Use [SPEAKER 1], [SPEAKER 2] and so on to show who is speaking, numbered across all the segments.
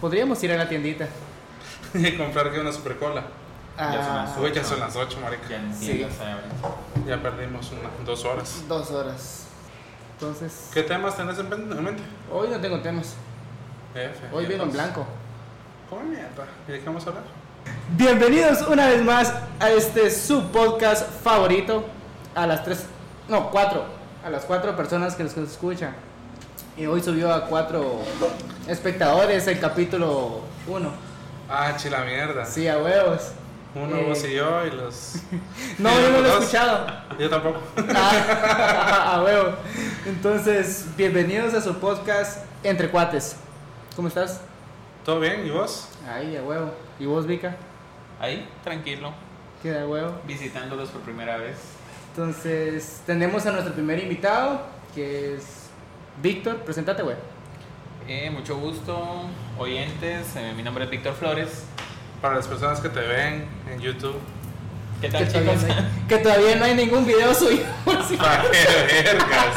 [SPEAKER 1] Podríamos ir a la tiendita.
[SPEAKER 2] Y comprar que una supercola.
[SPEAKER 3] Ya son
[SPEAKER 1] Ah,
[SPEAKER 3] las
[SPEAKER 2] Uy, ya son las 8, marica.
[SPEAKER 3] Ya en
[SPEAKER 1] Sí.
[SPEAKER 3] tiendas hay ahora.
[SPEAKER 2] Ya perdimos una, dos horas.
[SPEAKER 1] dos horas. Entonces,
[SPEAKER 2] ¿Qué temas tenés en pen- en mente?
[SPEAKER 1] hoy no tengo temas.
[SPEAKER 2] F,
[SPEAKER 1] Hoy
[SPEAKER 2] ya
[SPEAKER 1] vino en
[SPEAKER 2] pues.
[SPEAKER 1] blanco.
[SPEAKER 2] ¿Cómo mierda? ¿Y de qué vamos a hablar?
[SPEAKER 1] Bienvenidos una vez más a este su podcast favorito. A las tres, no, cuatro. A las cuatro personas que nos escuchan. Y hoy subió a cuatro espectadores el capítulo uno.
[SPEAKER 2] Ah, chila mierda.
[SPEAKER 1] Sí, a huevos.
[SPEAKER 2] Uno,
[SPEAKER 1] Eh.
[SPEAKER 2] vos y yo, y los.
[SPEAKER 1] No,
[SPEAKER 2] y
[SPEAKER 1] yo no lo he
[SPEAKER 2] los-
[SPEAKER 1] escuchado.
[SPEAKER 2] Yo tampoco.
[SPEAKER 1] Ah, a huevo. Entonces, bienvenidos a su podcast Entre Cuates. ¿Cómo estás?
[SPEAKER 2] ¿Todo bien? ¿Y vos?
[SPEAKER 1] Ahí, a huevo. ¿Y vos, Vika?
[SPEAKER 3] Ahí, tranquilo,
[SPEAKER 1] ¿Qué de huevo?
[SPEAKER 3] visitándolos por primera vez.
[SPEAKER 1] Entonces, tenemos a nuestro primer invitado, que es Víctor. Preséntate, güey.
[SPEAKER 3] Eh, mucho gusto, oyentes. eh, mi nombre es Víctor Flores.
[SPEAKER 2] Para las personas que te ven en YouTube.
[SPEAKER 3] ¿Qué
[SPEAKER 1] Que
[SPEAKER 3] tal,
[SPEAKER 1] todavía,
[SPEAKER 3] chicos? Ah,
[SPEAKER 1] no hay, que todavía no hay ningún video suyo.
[SPEAKER 2] ¡Para qué vergas!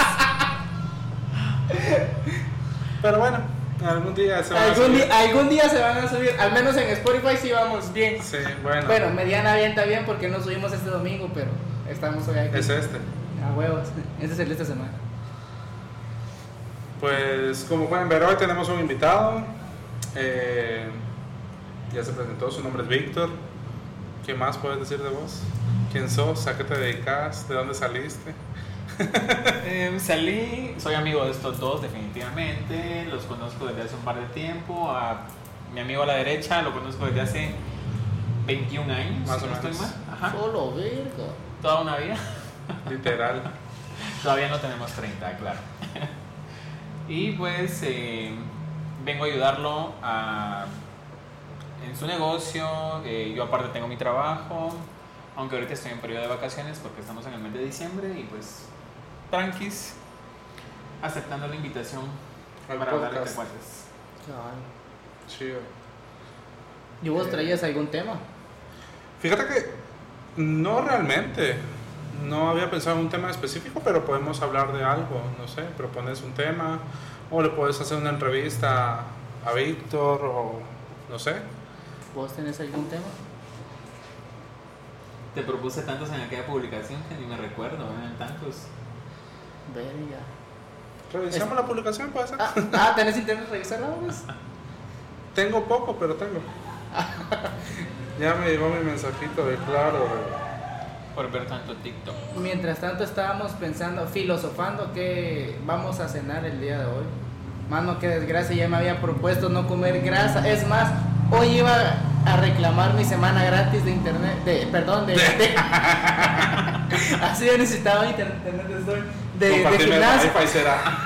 [SPEAKER 2] Pero bueno, algún día se va a
[SPEAKER 1] algún,
[SPEAKER 2] subir.
[SPEAKER 1] día, algún día se van a subir. Al menos en Spotify sí vamos bien.
[SPEAKER 2] Sí, bueno.
[SPEAKER 1] Bueno, mediana bien está bien porque no subimos este domingo, pero estamos hoy aquí.
[SPEAKER 2] Es este.
[SPEAKER 1] A huevos. Este es el de esta semana.
[SPEAKER 2] Pues como pueden ver hoy tenemos un invitado. Eh, ya se presentó, su nombre es Víctor. ¿Qué más puedes decir de vos? ¿Quién sos? ¿A qué te dedicas? ¿De dónde saliste?
[SPEAKER 3] Eh, salí, soy amigo de estos dos definitivamente, los conozco desde hace un par de tiempo, a mi amigo a la derecha lo conozco desde hace 21 años,
[SPEAKER 2] Más
[SPEAKER 3] si
[SPEAKER 2] o
[SPEAKER 3] no estoy
[SPEAKER 2] menos.
[SPEAKER 3] mal. Ajá,
[SPEAKER 1] Solo, verga.
[SPEAKER 3] toda una vida,
[SPEAKER 2] Literal.
[SPEAKER 3] todavía no tenemos 30, claro. y pues eh, vengo a ayudarlo a- en su negocio, eh, yo aparte tengo mi trabajo, aunque ahorita estoy en periodo de vacaciones porque estamos en el mes de diciembre y pues tranquis, aceptando la invitación.
[SPEAKER 2] Al
[SPEAKER 3] para hablar entre
[SPEAKER 2] podcast.
[SPEAKER 3] cuates.
[SPEAKER 1] Cabal.
[SPEAKER 2] Chido.
[SPEAKER 1] ¿Y vos
[SPEAKER 2] Eh,
[SPEAKER 1] traías algún tema?
[SPEAKER 2] Fíjate que no realmente. No había pensado en un tema específico, pero podemos hablar de algo. No sé, propones un tema o le puedes hacer una entrevista a Víctor o no sé.
[SPEAKER 1] ¿Vos tenés algún tema?
[SPEAKER 3] Te propuse tantos en aquella publicación que ni me recuerdo, eran tantos.
[SPEAKER 1] Verga.
[SPEAKER 2] Revisamos la publicación, puede ser.
[SPEAKER 1] Ah, ah, ¿tenés internet revisarla, vos?
[SPEAKER 2] Tengo poco, pero tengo. ya me llegó mi mensajito de claro.
[SPEAKER 3] Por ver tanto TikTok.
[SPEAKER 1] Mientras tanto estábamos pensando, filosofando que vamos a cenar el día de hoy. Mano, qué desgracia, ya me había propuesto no comer grasa. Es más, hoy iba a reclamar mi semana gratis de internet, de, perdón, de... de- así yo necesitaba internet, internet de, sol- de, de
[SPEAKER 2] Compartirme el
[SPEAKER 1] gimnasio.
[SPEAKER 2] wifi será.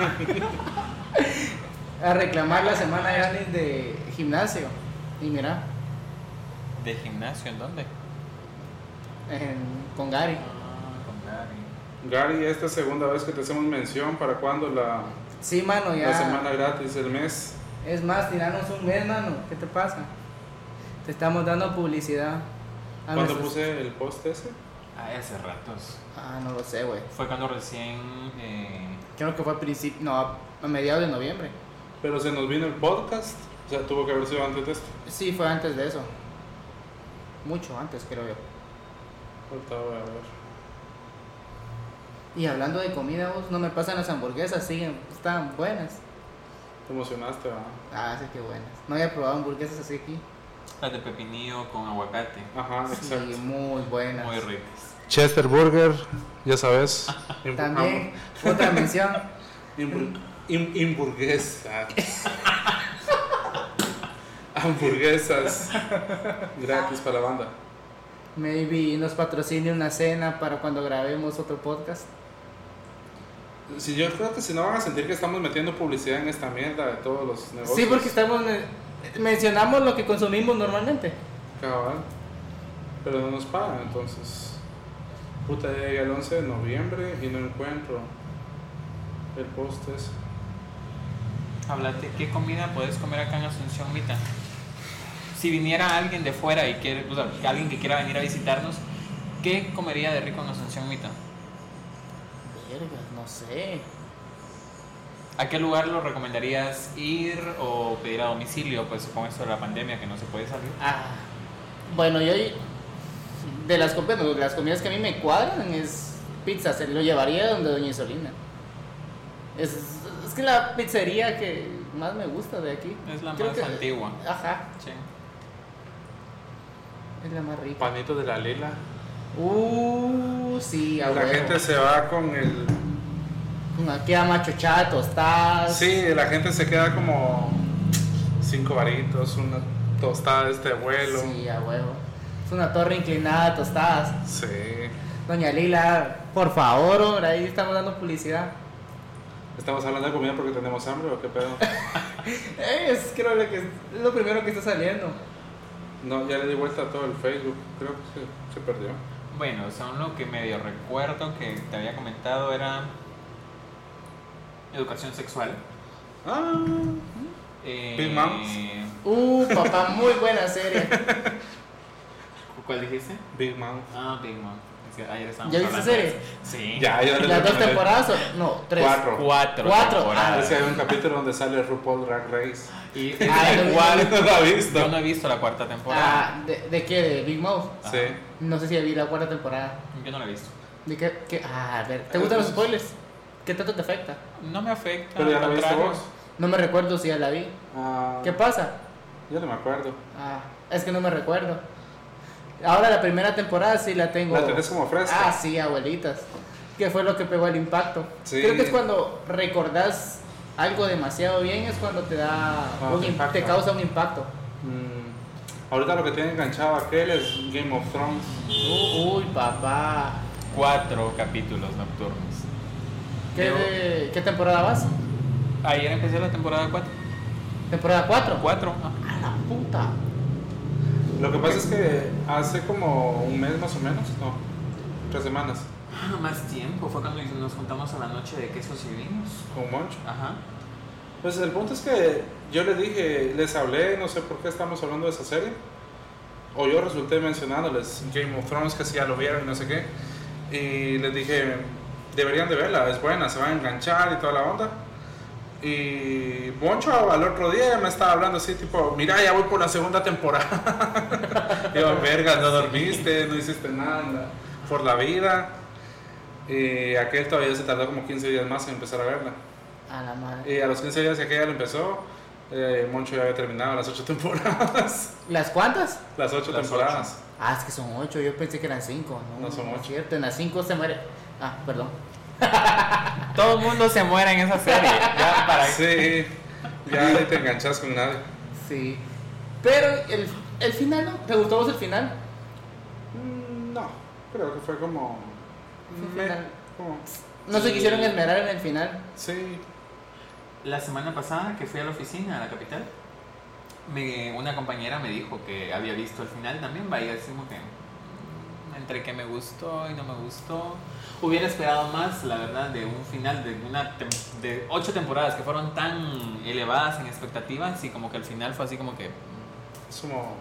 [SPEAKER 1] A reclamar la semana gratis de gimnasio. Y mira,
[SPEAKER 3] ¿De gimnasio en dónde?
[SPEAKER 1] en- con Gary.
[SPEAKER 2] Ah,
[SPEAKER 3] con Gary.
[SPEAKER 2] Gary, esta es segunda vez que te hacemos mención. ¿Para cuándo la,
[SPEAKER 1] Sí, mano, ya.
[SPEAKER 2] la semana gratis, el mes?
[SPEAKER 1] Es más, tiranos un mes, mano. ¿Qué te pasa? Te estamos dando publicidad. A
[SPEAKER 2] ¿Cuándo
[SPEAKER 1] nuestros-
[SPEAKER 2] puse el post ese?
[SPEAKER 3] Ay, hace ratos.
[SPEAKER 1] Ah, no lo sé, güey.
[SPEAKER 3] Fue cuando recién. eh,
[SPEAKER 1] Creo que fue a principio. No, a a mediados de noviembre.
[SPEAKER 2] Pero se nos vino el podcast. O sea, tuvo que haber sido antes de esto.
[SPEAKER 1] Sí, fue antes de eso. Mucho antes, creo yo.
[SPEAKER 2] Ahorita voy a ver.
[SPEAKER 1] Y hablando de comida, vos, no me pasan las hamburguesas, siguen, están buenas.
[SPEAKER 2] Te emocionaste, ¿verdad?
[SPEAKER 1] Ah, sí, que buenas. No había probado hamburguesas así aquí.
[SPEAKER 3] las de pepinillo con aguacate.
[SPEAKER 2] Ajá,
[SPEAKER 1] Sí,
[SPEAKER 2] Ah, exacto.
[SPEAKER 1] muy buenas.
[SPEAKER 3] Muy ricas.
[SPEAKER 2] Chester Burger, ya sabes.
[SPEAKER 1] También, otra mención.
[SPEAKER 2] Hamburguesa. Hamburguesas. Hamburguesas. Gratis para la banda.
[SPEAKER 1] Maybe nos patrocine una cena para cuando grabemos otro podcast.
[SPEAKER 2] Si yo creo que si no van a sentir que estamos metiendo publicidad en esta mierda de todos los negocios.
[SPEAKER 1] Sí, porque estamos eh, mencionamos lo que consumimos normalmente.
[SPEAKER 2] Cabal. Pero no nos pagan, entonces. Puta, ya llega el 11 de noviembre y no encuentro el post ese.
[SPEAKER 3] Hablate, ¿qué comida puedes comer acá en Asunción, Mita? Si viniera alguien de fuera y quiere, o sea, alguien que quiera venir a visitarnos, ¿qué comería de rico en Asunción, Mita?
[SPEAKER 1] Verga, no sé.
[SPEAKER 3] ¿A qué lugar lo recomendarías ir o pedir a domicilio? Pues con esto de la pandemia que no se puede salir.
[SPEAKER 1] Ah, bueno, yo de las, com- bueno, las comidas que a mí me cuadran es pizza, se lo llevaría donde Doña Isolina. Es, es que la pizzería que más me gusta de aquí.
[SPEAKER 3] Es la
[SPEAKER 1] Creo
[SPEAKER 3] más
[SPEAKER 1] que-
[SPEAKER 3] antigua.
[SPEAKER 1] Ajá,
[SPEAKER 3] Sí.
[SPEAKER 1] es la más rica.
[SPEAKER 2] Panito de la Lila.
[SPEAKER 1] Uh, sí, a
[SPEAKER 2] La
[SPEAKER 1] huevo.
[SPEAKER 2] gente se va con el.
[SPEAKER 1] Aquí a machochada, tostadas.
[SPEAKER 2] Sí, la gente se queda como cinco varitos, una tostada de este vuelo.
[SPEAKER 1] Sí, a huevo. Es una torre inclinada, tostadas.
[SPEAKER 2] Sí.
[SPEAKER 1] Doña Lila, por favor, hombre, ahí estamos dando publicidad.
[SPEAKER 2] ¿Estamos hablando de comida porque tenemos hambre o qué pedo?
[SPEAKER 1] Eh, Es creo lo que es lo primero que está saliendo.
[SPEAKER 2] No, ya le di vuelta a todo el Facebook. Creo que se, se perdió.
[SPEAKER 3] Bueno, son lo que medio recuerdo que te había comentado era educación sexual.
[SPEAKER 2] Ah,
[SPEAKER 3] Eh,
[SPEAKER 2] Big Moms.
[SPEAKER 1] Uh, papá, muy buena serie.
[SPEAKER 3] ¿Cuál dijiste?
[SPEAKER 2] Big Mouth.
[SPEAKER 3] Ah, Big Mom. Es que ayer estábamos
[SPEAKER 1] ¿Ya viste
[SPEAKER 3] hablando de
[SPEAKER 1] serie?
[SPEAKER 3] eso. Sí.
[SPEAKER 2] Ya, ya le
[SPEAKER 1] ¿Las dos
[SPEAKER 2] recomendé.
[SPEAKER 1] temporadas o no? Tres.
[SPEAKER 2] Cuatro.
[SPEAKER 3] Cuatro.
[SPEAKER 1] Cuatro.
[SPEAKER 3] temporadas.
[SPEAKER 2] Es que hay un capítulo donde sale RuPaul Drag Race.
[SPEAKER 3] Y
[SPEAKER 1] Ah,
[SPEAKER 2] Igual no lo ha visto.
[SPEAKER 3] yo no he visto la cuarta temporada.
[SPEAKER 1] Ah, ¿de, de qué? ¿De Big Mouth?
[SPEAKER 3] Ajá.
[SPEAKER 2] Sí.
[SPEAKER 1] No sé si vi la cuarta temporada.
[SPEAKER 3] Yo no la he visto.
[SPEAKER 1] ¿De qué? qué? Ah, a ver. ¿Te gustan los spoilers? ¿Qué tanto te afecta?
[SPEAKER 3] No me afecta.
[SPEAKER 2] Pero ya
[SPEAKER 3] al
[SPEAKER 2] la viste
[SPEAKER 3] contrario.
[SPEAKER 2] vos.
[SPEAKER 1] No me recuerdo si ya la vi.
[SPEAKER 2] Ah,
[SPEAKER 1] ¿Qué pasa?
[SPEAKER 2] Yo no me acuerdo.
[SPEAKER 1] Ah, es que no me recuerdo. Ahora la primera temporada sí la tengo.
[SPEAKER 2] La tenés como fresca.
[SPEAKER 1] Ah, sí, abuelitas. Que fue lo que pegó el impacto.
[SPEAKER 2] Sí.
[SPEAKER 1] Creo que es cuando recordás algo demasiado bien, es cuando te da
[SPEAKER 2] Ah,
[SPEAKER 1] un
[SPEAKER 2] te
[SPEAKER 1] im-
[SPEAKER 2] impacta.
[SPEAKER 1] te causa un impacto.
[SPEAKER 2] Mm, Ahorita lo que tiene enganchado aquel es Game of Thrones.
[SPEAKER 1] Uh, uy, papá.
[SPEAKER 3] Cuatro capítulos nocturnos.
[SPEAKER 1] ¿Qué,
[SPEAKER 3] Pero-
[SPEAKER 1] de- qué temporada vas?
[SPEAKER 3] Ayer empecé la temporada cuatro.
[SPEAKER 1] ¿Temporada 4?
[SPEAKER 3] Cuatro. ah.
[SPEAKER 1] A la puta.
[SPEAKER 2] Lo que pasa es que hace como un mes más o menos, no, tres semanas,
[SPEAKER 3] Ah, más tiempo, fue cuando nos juntamos a la noche de quesos y vinos.
[SPEAKER 2] con Moncho.
[SPEAKER 3] Ajá.
[SPEAKER 2] Pues el punto es que yo les dije, les hablé, no sé por qué estamos hablando de esa serie. O yo resulté mencionándoles Game of Thrones, que si ya lo vieron y no sé qué. Y les dije, deberían de verla, es buena, se van a enganchar y toda la onda. Y Moncho al otro día me estaba hablando así, tipo, mira, ya voy por la segunda temporada. Digo, verga, no dormiste, no hiciste nada en la- por la vida. Y aquel todavía se tardó como 15 días más en empezar a verla.
[SPEAKER 1] A la madre.
[SPEAKER 2] Y a los 15 días que aquella lo empezó, eh, Moncho ya había terminado las 8 temporadas.
[SPEAKER 1] ¿Las cuántas?
[SPEAKER 2] Las 8
[SPEAKER 3] Las
[SPEAKER 2] temporadas.
[SPEAKER 1] Ah, es que son 8, yo pensé que eran 5. No,
[SPEAKER 2] No son
[SPEAKER 1] es
[SPEAKER 2] ocho.
[SPEAKER 1] Cierto, en las 5 se muere. Ah, perdón.
[SPEAKER 3] Todo el mundo se muere en esa serie. Ya para
[SPEAKER 2] Sí, ya ahí te enganchas con nadie.
[SPEAKER 1] Sí. Pero el, el final, ¿no? ¿Te gustó vos el final?
[SPEAKER 2] Mm, No, creo que fue como.
[SPEAKER 1] Fue
[SPEAKER 2] meh,
[SPEAKER 1] final.
[SPEAKER 2] como-
[SPEAKER 1] No se
[SPEAKER 3] Sí.
[SPEAKER 1] quisieron esmerar en el final.
[SPEAKER 2] Sí,
[SPEAKER 3] La semana pasada que fui a la oficina, a la capital, me- una compañera me dijo que había visto el final también, vaya, así como que mm, entre que me gustó y no me gustó. Hubiera esperado más, la verdad, de un final de, una tem- de ocho temporadas que fueron tan elevadas en expectativas y como que el final fue así como que... mm,
[SPEAKER 2] es como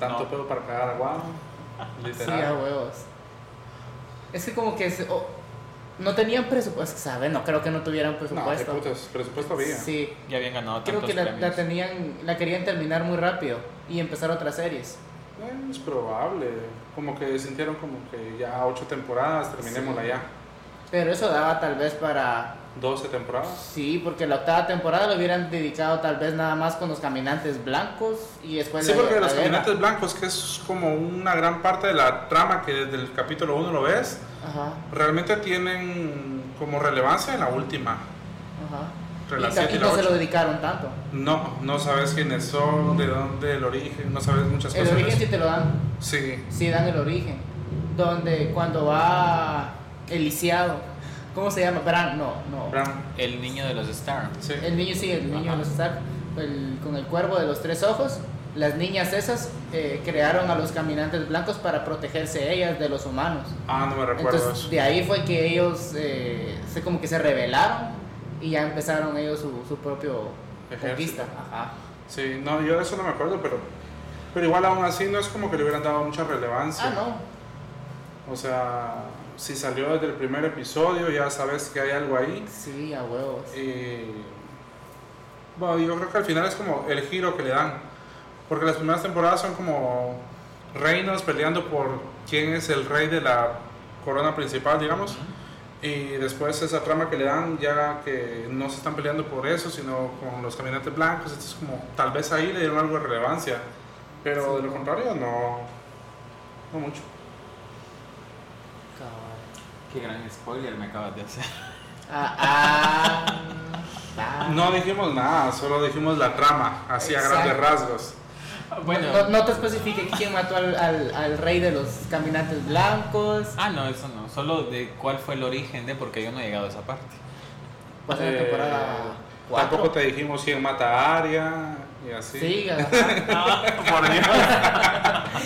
[SPEAKER 2] tanto
[SPEAKER 3] No.
[SPEAKER 2] pedo para cagar agua.
[SPEAKER 1] Sí, a
[SPEAKER 2] Literal.
[SPEAKER 1] huevos. Es que como que se- o- no tenían presupuesto, ¿sabes? No creo que no tuvieran
[SPEAKER 2] no, qué
[SPEAKER 1] presupuesto.
[SPEAKER 2] putas, presupuesto había.
[SPEAKER 1] sí,
[SPEAKER 3] Ya habían ganado
[SPEAKER 1] creo
[SPEAKER 3] tantos
[SPEAKER 1] que la,
[SPEAKER 3] premios.
[SPEAKER 1] la tenían, la querían terminar muy rápido y empezar otras series.
[SPEAKER 2] Eh, Es probable. Como que sintieron como que ya 8 temporadas, terminémosla ya.
[SPEAKER 1] Pero eso daba tal vez para
[SPEAKER 2] 12 temporadas.
[SPEAKER 1] sí, porque la octava temporada lo hubieran dedicado tal vez nada más con los caminantes blancos y después
[SPEAKER 2] Sí,
[SPEAKER 1] la-
[SPEAKER 2] porque
[SPEAKER 1] la
[SPEAKER 2] los
[SPEAKER 1] guerra.
[SPEAKER 2] caminantes blancos, que es como una gran parte de la trama que desde el capítulo 1 lo ves,
[SPEAKER 1] Ajá,
[SPEAKER 2] realmente tienen como relevancia en la última.
[SPEAKER 1] ajá.
[SPEAKER 2] Entre
[SPEAKER 1] Y
[SPEAKER 2] la
[SPEAKER 1] ta-
[SPEAKER 2] siete
[SPEAKER 1] y
[SPEAKER 2] y la
[SPEAKER 1] no se
[SPEAKER 2] ocho.
[SPEAKER 1] lo dedicaron tanto.
[SPEAKER 2] No, no sabes quiénes son, de dónde el origen, no sabes muchas
[SPEAKER 1] El
[SPEAKER 2] cosas. de
[SPEAKER 1] origen sí
[SPEAKER 2] eso.
[SPEAKER 1] te lo dan.
[SPEAKER 2] Sí,
[SPEAKER 1] Sí, dan el origen. Donde cuando va el lisiado, ¿cómo se llama? Bran, no, no.
[SPEAKER 2] Bran,
[SPEAKER 3] El niño de los Stars.
[SPEAKER 2] sí.
[SPEAKER 1] El niño, sí, el niño
[SPEAKER 3] Ajá.
[SPEAKER 1] de los Stark, el- con el cuervo de los tres ojos. Las niñas esas eh, crearon a los caminantes blancos para protegerse ellas de los humanos.
[SPEAKER 2] Ah, no me recuerdo
[SPEAKER 1] Entonces,
[SPEAKER 2] eso.
[SPEAKER 1] de ahí fue que ellos eh, se, como que se rebelaron y ya empezaron ellos su, su propio conquista.
[SPEAKER 2] Ejército.
[SPEAKER 1] Ajá.
[SPEAKER 2] Sí, no, yo de eso no me acuerdo, pero, pero igual aún así no es como que le hubieran dado mucha relevancia.
[SPEAKER 1] Ah, no,
[SPEAKER 2] O sea, si salió desde el primer episodio, ya sabes que hay algo ahí.
[SPEAKER 1] sí, a huevos.
[SPEAKER 2] Eh, Bueno, yo creo que al final es como el giro que le dan. Porque las primeras temporadas son como reinos peleando por quién es el rey de la corona principal, digamos. Y después esa trama que le dan, ya que no se están peleando por eso, sino con los caminantes blancos. Esto es como, tal vez ahí le dieron algo de relevancia. Pero de lo contrario, no. No mucho.
[SPEAKER 1] Cabal.
[SPEAKER 3] Qué gran spoiler me acabas de hacer.
[SPEAKER 1] Ah, ah, ah.
[SPEAKER 2] No dijimos nada, solo dijimos la trama, así a grandes
[SPEAKER 1] Exacto.
[SPEAKER 2] rasgos.
[SPEAKER 3] Bueno.
[SPEAKER 1] No, no te especifique quién mató al, al- al rey de los caminantes blancos.
[SPEAKER 3] Ah, no, eso no. Solo de cuál fue el origen de porque yo no he llegado a esa parte.
[SPEAKER 1] Pasa
[SPEAKER 2] Eh,
[SPEAKER 1] la temporada 4.
[SPEAKER 2] Tampoco te dijimos quién mata a Arya y así.
[SPEAKER 1] Sí, ajá.
[SPEAKER 3] por Dios.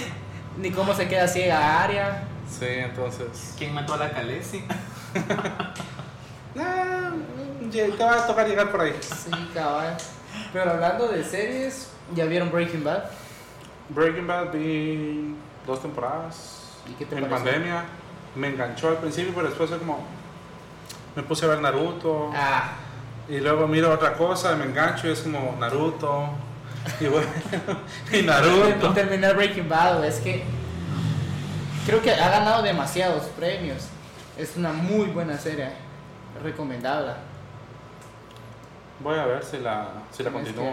[SPEAKER 1] ni cómo se queda ciega Aria.
[SPEAKER 2] Sí, entonces.
[SPEAKER 3] ¿Quién mató a la Khaleesi?
[SPEAKER 2] Ah, ye- te va a tocar llegar por ahí.
[SPEAKER 1] Sí, cabal. Pero hablando de series, ¿ya vieron Breaking Bad?
[SPEAKER 2] Breaking Bad vi dos temporadas.
[SPEAKER 1] ¿Y qué te
[SPEAKER 2] en
[SPEAKER 1] pareció?
[SPEAKER 2] pandemia. Me enganchó al principio, pero después fue como. Me puse a ver Naruto.
[SPEAKER 1] Ah,
[SPEAKER 2] Y luego miro otra cosa, me engancho y es como Naruto. Y bueno, y Naruto.
[SPEAKER 1] terminar Breaking Bad, güey, es que creo que ha ganado demasiados premios. Es una muy buena serie, recomendable.
[SPEAKER 2] Voy a ver si la, si la continúo.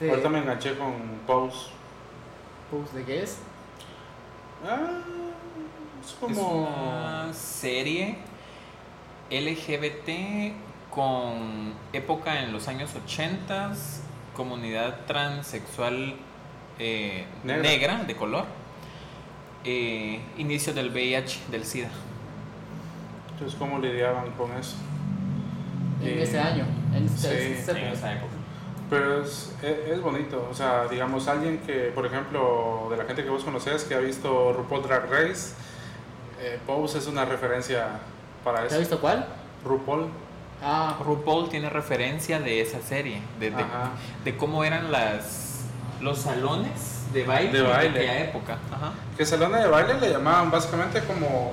[SPEAKER 1] De,
[SPEAKER 2] Ahorita me enganché con Pose.
[SPEAKER 1] Post de Guest.
[SPEAKER 2] Ah, es
[SPEAKER 3] Es
[SPEAKER 2] como.
[SPEAKER 3] una serie LGBT con época en los años 80, comunidad transexual eh,
[SPEAKER 2] Negra.
[SPEAKER 3] negra. de color, eh, inicios del VIH, del SIDA.
[SPEAKER 2] Entonces, ¿cómo lidiaban con eso?
[SPEAKER 1] En
[SPEAKER 2] Eh,
[SPEAKER 1] ese año. En
[SPEAKER 2] sí,
[SPEAKER 1] este,
[SPEAKER 3] en esa época.
[SPEAKER 2] Pero es, es, es bonito, o sea, digamos, alguien que, por ejemplo, de la gente que vos conocés, que ha visto RuPaul Drag Race, eh, Pose es una referencia para
[SPEAKER 1] ¿Te has
[SPEAKER 2] eso.
[SPEAKER 1] visto cuál?
[SPEAKER 2] RuPaul,
[SPEAKER 1] Ah,
[SPEAKER 3] RuPaul tiene referencia de esa serie, de, Eh, de-
[SPEAKER 2] Ajá.
[SPEAKER 3] de cómo eran las los salones de baile
[SPEAKER 2] De
[SPEAKER 3] de,
[SPEAKER 2] baile.
[SPEAKER 3] aquella época. Ajá.
[SPEAKER 2] que salón de baile le llamaban básicamente como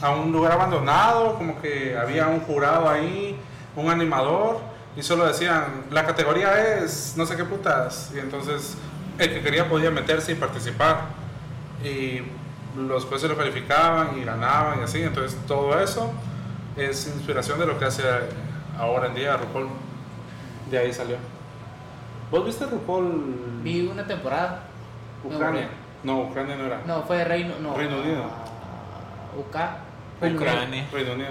[SPEAKER 2] a un lugar abandonado, como que había un jurado ahí, un animador, y solo decían, la categoría es no sé qué putas, y entonces el que quería podía meterse y participar, y los jueces lo calificaban y ganaban y así, entonces todo eso es inspiración de lo que hace ahora en día RuPaul, de ahí salió. ¿Vos viste RuPaul
[SPEAKER 1] vi una temporada. no,
[SPEAKER 2] Ucrania? No, Ucrania no era.
[SPEAKER 1] No, fue de Reino, no,
[SPEAKER 2] Reino Unido.
[SPEAKER 1] ah, UK. Reino Unido.
[SPEAKER 3] Ucrania.
[SPEAKER 2] Reino Unido.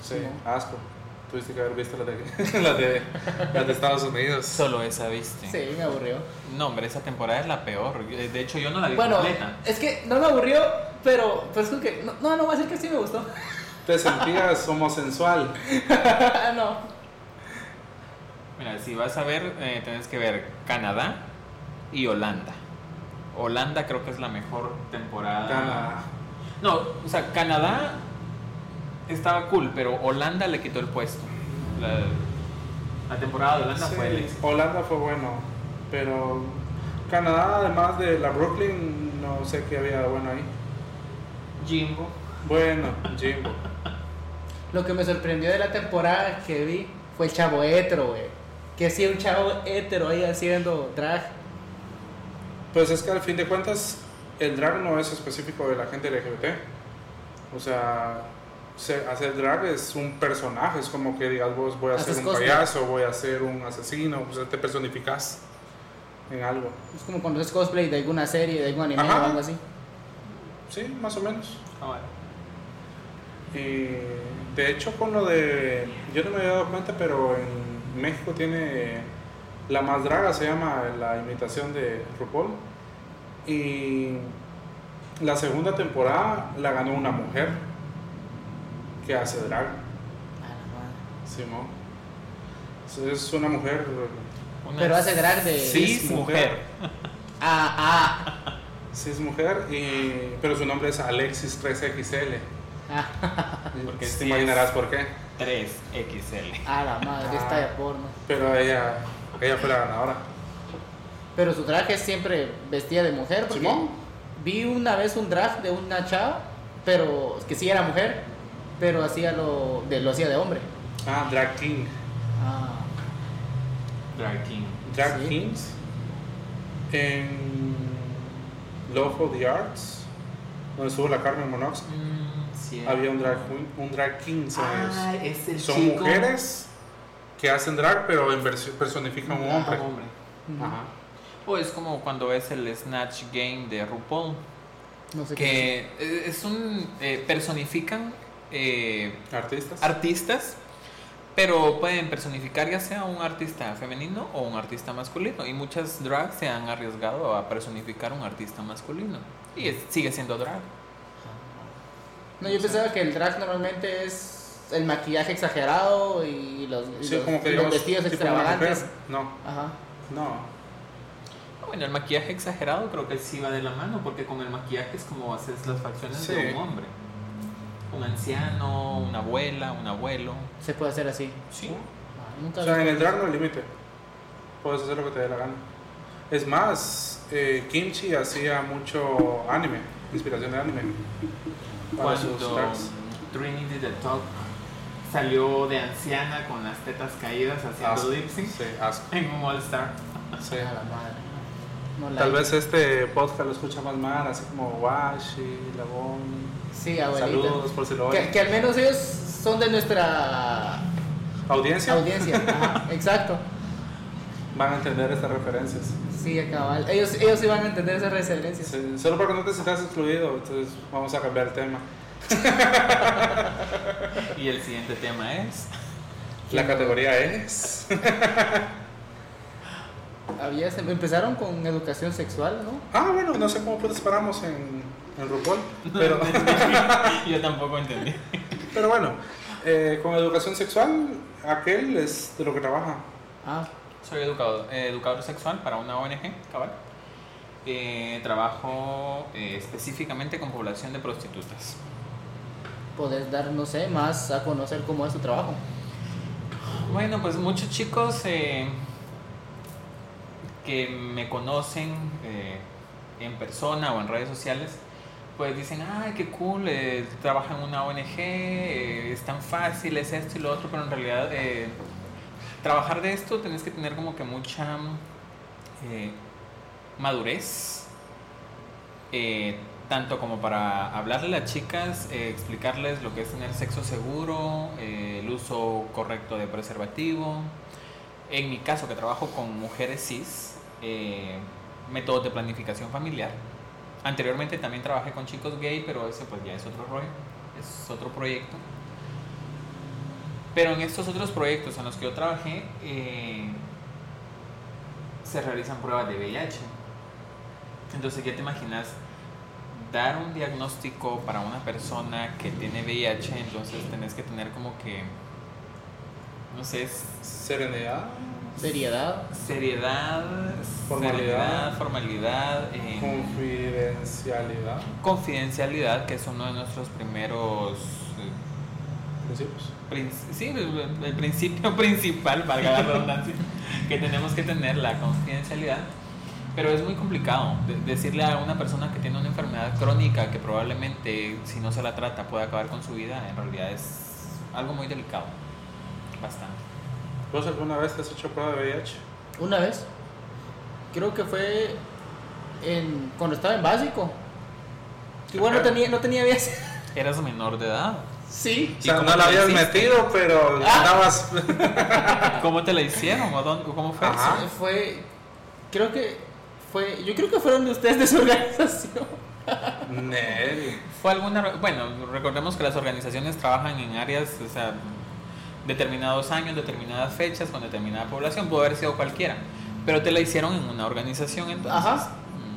[SPEAKER 2] Sí,
[SPEAKER 1] No.
[SPEAKER 2] asco. Tuviste que haber visto las de, las de, las de Estados Unidos.
[SPEAKER 3] Solo esa viste.
[SPEAKER 1] Sí, me aburrió.
[SPEAKER 3] No, hombre, esa temporada es la peor. Yo- De hecho, yo no la vi
[SPEAKER 1] Bueno,
[SPEAKER 3] completa.
[SPEAKER 1] es que no me aburrió, pero pues como que no, no, no voy a decir que sí me gustó.
[SPEAKER 2] Te sentías homosensual.
[SPEAKER 1] Ah, no.
[SPEAKER 3] Mira, si vas a ver, eh, tenés que ver Canadá y Holanda. Holanda creo que es la mejor temporada.
[SPEAKER 2] Cana-
[SPEAKER 3] No, o sea, Canadá estaba cool, pero Holanda le quitó el puesto. La, la temporada de Holanda
[SPEAKER 2] Sí,
[SPEAKER 3] fue el éxito.
[SPEAKER 2] Holanda fue bueno, pero Canadá, además de la Brooklyn, no sé qué había de bueno ahí.
[SPEAKER 3] Jimbo.
[SPEAKER 2] Bueno, Jimbo.
[SPEAKER 1] Lo que me sorprendió de la temporada que vi fue el chavo hetero, güey. Que sí, un chavo hetero ahí haciendo drag.
[SPEAKER 2] Pues es que al fin de cuentas, el drag no es específico de la gente LGBT. O sea, se- hacer drag es un personaje, es como que digas vos voy a
[SPEAKER 1] Haces
[SPEAKER 2] ser un
[SPEAKER 1] cosplay.
[SPEAKER 2] payaso, voy a ser un asesino, o sea, te personificas en algo.
[SPEAKER 1] Es como cuando haces cosplay de alguna serie, de algún anime
[SPEAKER 2] Ajá.
[SPEAKER 1] o algo así.
[SPEAKER 2] Sí, más o menos.
[SPEAKER 3] Ah, bueno.
[SPEAKER 2] Y de hecho con lo de, yo no me había dado cuenta, pero en México tiene la más draga, se llama la imitación de RuPaul. Y la segunda temporada la ganó una mujer que hace drag,
[SPEAKER 1] Ah,
[SPEAKER 2] Simón. Es una mujer...
[SPEAKER 3] Una
[SPEAKER 1] Pero hace drag de-
[SPEAKER 3] cis mujer.
[SPEAKER 1] Ah,
[SPEAKER 2] Sí, es mujer, y, pero su nombre es Alexis 3XL.
[SPEAKER 1] ah, ah,
[SPEAKER 3] Porque
[SPEAKER 2] Te
[SPEAKER 3] sí
[SPEAKER 2] imaginarás
[SPEAKER 3] es-
[SPEAKER 2] por qué.
[SPEAKER 3] 3XL.
[SPEAKER 1] a la madre,
[SPEAKER 2] Ah.
[SPEAKER 1] está de porno.
[SPEAKER 2] Pero ella, ella fue la ganadora.
[SPEAKER 1] Pero su traje siempre vestía de mujer. Porque
[SPEAKER 2] Simón.
[SPEAKER 1] Vi una vez un drag de una chava, pero que sí era mujer, pero hacía lo, de, lo hacía de hombre.
[SPEAKER 2] Ah, Drag King.
[SPEAKER 1] Ah.
[SPEAKER 3] Drag King.
[SPEAKER 2] Drag
[SPEAKER 1] Sí.
[SPEAKER 2] Kings en Love of the Arts, donde estuvo la Carmen Monox,
[SPEAKER 3] Mm, sí.
[SPEAKER 2] había un drag, queen- un drag Kings. ¿sabes?
[SPEAKER 3] Ah, es el
[SPEAKER 2] Son
[SPEAKER 3] chico-
[SPEAKER 2] mujeres que hacen drag, pero en versión- personifican a un
[SPEAKER 3] Ah,
[SPEAKER 2] hombre.
[SPEAKER 3] hombre.
[SPEAKER 2] Ajá.
[SPEAKER 3] O es Pues como cuando ves el Snatch Game de RuPaul,
[SPEAKER 1] No sé qué.
[SPEAKER 3] que eh, es un eh, personifican eh,
[SPEAKER 2] Artistas.
[SPEAKER 3] artistas, pero pueden personificar ya sea un artista femenino o un artista masculino. Y muchas drags se han arriesgado a personificar un artista masculino. Y es- sigue siendo drag.
[SPEAKER 1] No, yo pensaba que el drag normalmente es el maquillaje exagerado y los, y
[SPEAKER 2] Sí,
[SPEAKER 1] los-
[SPEAKER 2] como que
[SPEAKER 1] y los
[SPEAKER 2] digamos,
[SPEAKER 1] vestidos
[SPEAKER 2] tipo una
[SPEAKER 1] extravagantes.
[SPEAKER 2] mujer. No,
[SPEAKER 1] Ajá.
[SPEAKER 2] no.
[SPEAKER 3] Ah, Bueno, el maquillaje exagerado creo que sí va de la mano, porque con el maquillaje es como haces las facciones de
[SPEAKER 2] Sí.
[SPEAKER 3] un hombre. Un anciano, una abuela, un abuelo.
[SPEAKER 1] Se puede hacer así.
[SPEAKER 3] Sí.
[SPEAKER 1] Ah, Nunca
[SPEAKER 2] O
[SPEAKER 1] había-
[SPEAKER 2] sea, en el drag no hay límite. Puedes hacer lo que te dé la gana. Es más, eh, Kimchi hacía mucho anime, inspiración de anime. Para sus
[SPEAKER 3] Cuando
[SPEAKER 2] drags.
[SPEAKER 3] Trinity the Talk salió de anciana con las tetas caídas haciendo
[SPEAKER 2] Asco.
[SPEAKER 3] lip sync
[SPEAKER 2] Sí, asco.
[SPEAKER 3] en un All Star.
[SPEAKER 2] Sí.
[SPEAKER 1] A Ah, la madre. No la
[SPEAKER 2] Tal
[SPEAKER 1] hice.
[SPEAKER 2] vez este podcast lo escucha más mal, así como Washi, Labón.
[SPEAKER 1] Sí, abuelita.
[SPEAKER 2] Saludos por si lo
[SPEAKER 1] Que,
[SPEAKER 2] oyen.
[SPEAKER 1] que al menos ellos son de nuestra
[SPEAKER 2] Audiencia,
[SPEAKER 1] audiencia. Ajá, exacto.
[SPEAKER 2] van a entender estas referencias.
[SPEAKER 1] Sí, cabal. Ellos, ellos sí van a entender esas referencias.
[SPEAKER 2] Sí, Solo porque no te sientas excluido, entonces vamos a cambiar el tema.
[SPEAKER 3] Y el siguiente tema es.
[SPEAKER 2] La categoría es.
[SPEAKER 1] Había, se- empezaron con educación sexual, ¿no?
[SPEAKER 2] Ah, bueno, no sé cómo putas paramos en, en RuPaul, pero,
[SPEAKER 3] Yo tampoco entendí.
[SPEAKER 2] pero bueno, eh, con educación sexual, aquel es de lo que trabaja.
[SPEAKER 1] Ah,
[SPEAKER 3] Soy educador, eh, educador sexual para una ONG, cabal. Eh, trabajo eh, específicamente con población de prostitutas.
[SPEAKER 1] poder dar, no sé, más a conocer cómo es su trabajo.
[SPEAKER 3] Bueno, pues muchos chicos eh, que me conocen eh, en persona o en redes sociales, pues dicen, ay, qué cool, eh, trabaja en una ONG, eh, es tan fácil, es esto y lo otro, pero en realidad eh, trabajar de esto tenés que tener como que mucha eh, madurez, eh, tanto como para hablarle a las chicas, eh, explicarles lo que es tener sexo seguro, eh, el uso correcto de preservativo. En mi caso, que trabajo con mujeres cis, eh, métodos de planificación familiar. Anteriormente también trabajé con chicos gay, pero ese pues ya es otro rollo, es otro proyecto. Pero en estos otros proyectos en los que yo trabajé, eh, se realizan pruebas de VIH. Entonces ya te imaginas dar un diagnóstico para una persona que tiene VIH, entonces tenés que tener como que, no sé, es-
[SPEAKER 2] Serenidad,
[SPEAKER 1] Seriedad.
[SPEAKER 3] seriedad,
[SPEAKER 2] Formalidad.
[SPEAKER 3] formalidad, formalidad eh,
[SPEAKER 2] confidencialidad,
[SPEAKER 3] confidencialidad, que es uno de nuestros primeros... eh,
[SPEAKER 2] principios.
[SPEAKER 3] prin- Sí, el el principio principal, valga la redundancia, que tenemos que tener la confidencialidad, pero es muy complicado de- decirle a una persona que tiene una enfermedad crónica que probablemente si no se la trata puede acabar con su vida, en realidad es algo muy delicado, bastante.
[SPEAKER 2] ¿Vos alguna vez te has hecho prueba de VIH?
[SPEAKER 1] Una vez, creo que fue en, cuando estaba en básico. Igual no tenía, no tenía vías.
[SPEAKER 3] Eras menor de edad.
[SPEAKER 1] Sí.
[SPEAKER 2] O sea,
[SPEAKER 3] cómo
[SPEAKER 2] no la
[SPEAKER 3] te
[SPEAKER 2] habías
[SPEAKER 3] hiciste?
[SPEAKER 2] metido, pero
[SPEAKER 1] Ah.
[SPEAKER 2] andabas.
[SPEAKER 3] ¿Cómo te la hicieron? ¿O dónde- ¿Cómo fue?
[SPEAKER 2] Ajá. Ah.
[SPEAKER 1] Fue, creo que fue, yo creo que fueron de ustedes de su organización.
[SPEAKER 2] Nel.
[SPEAKER 3] ¿Fue alguna.? re- Bueno, recordemos que las organizaciones trabajan en áreas, o sea, determinados años, determinadas fechas, con determinada población, pudo haber sido cualquiera. Pero te la hicieron en una organización, entonces.
[SPEAKER 1] Ajá.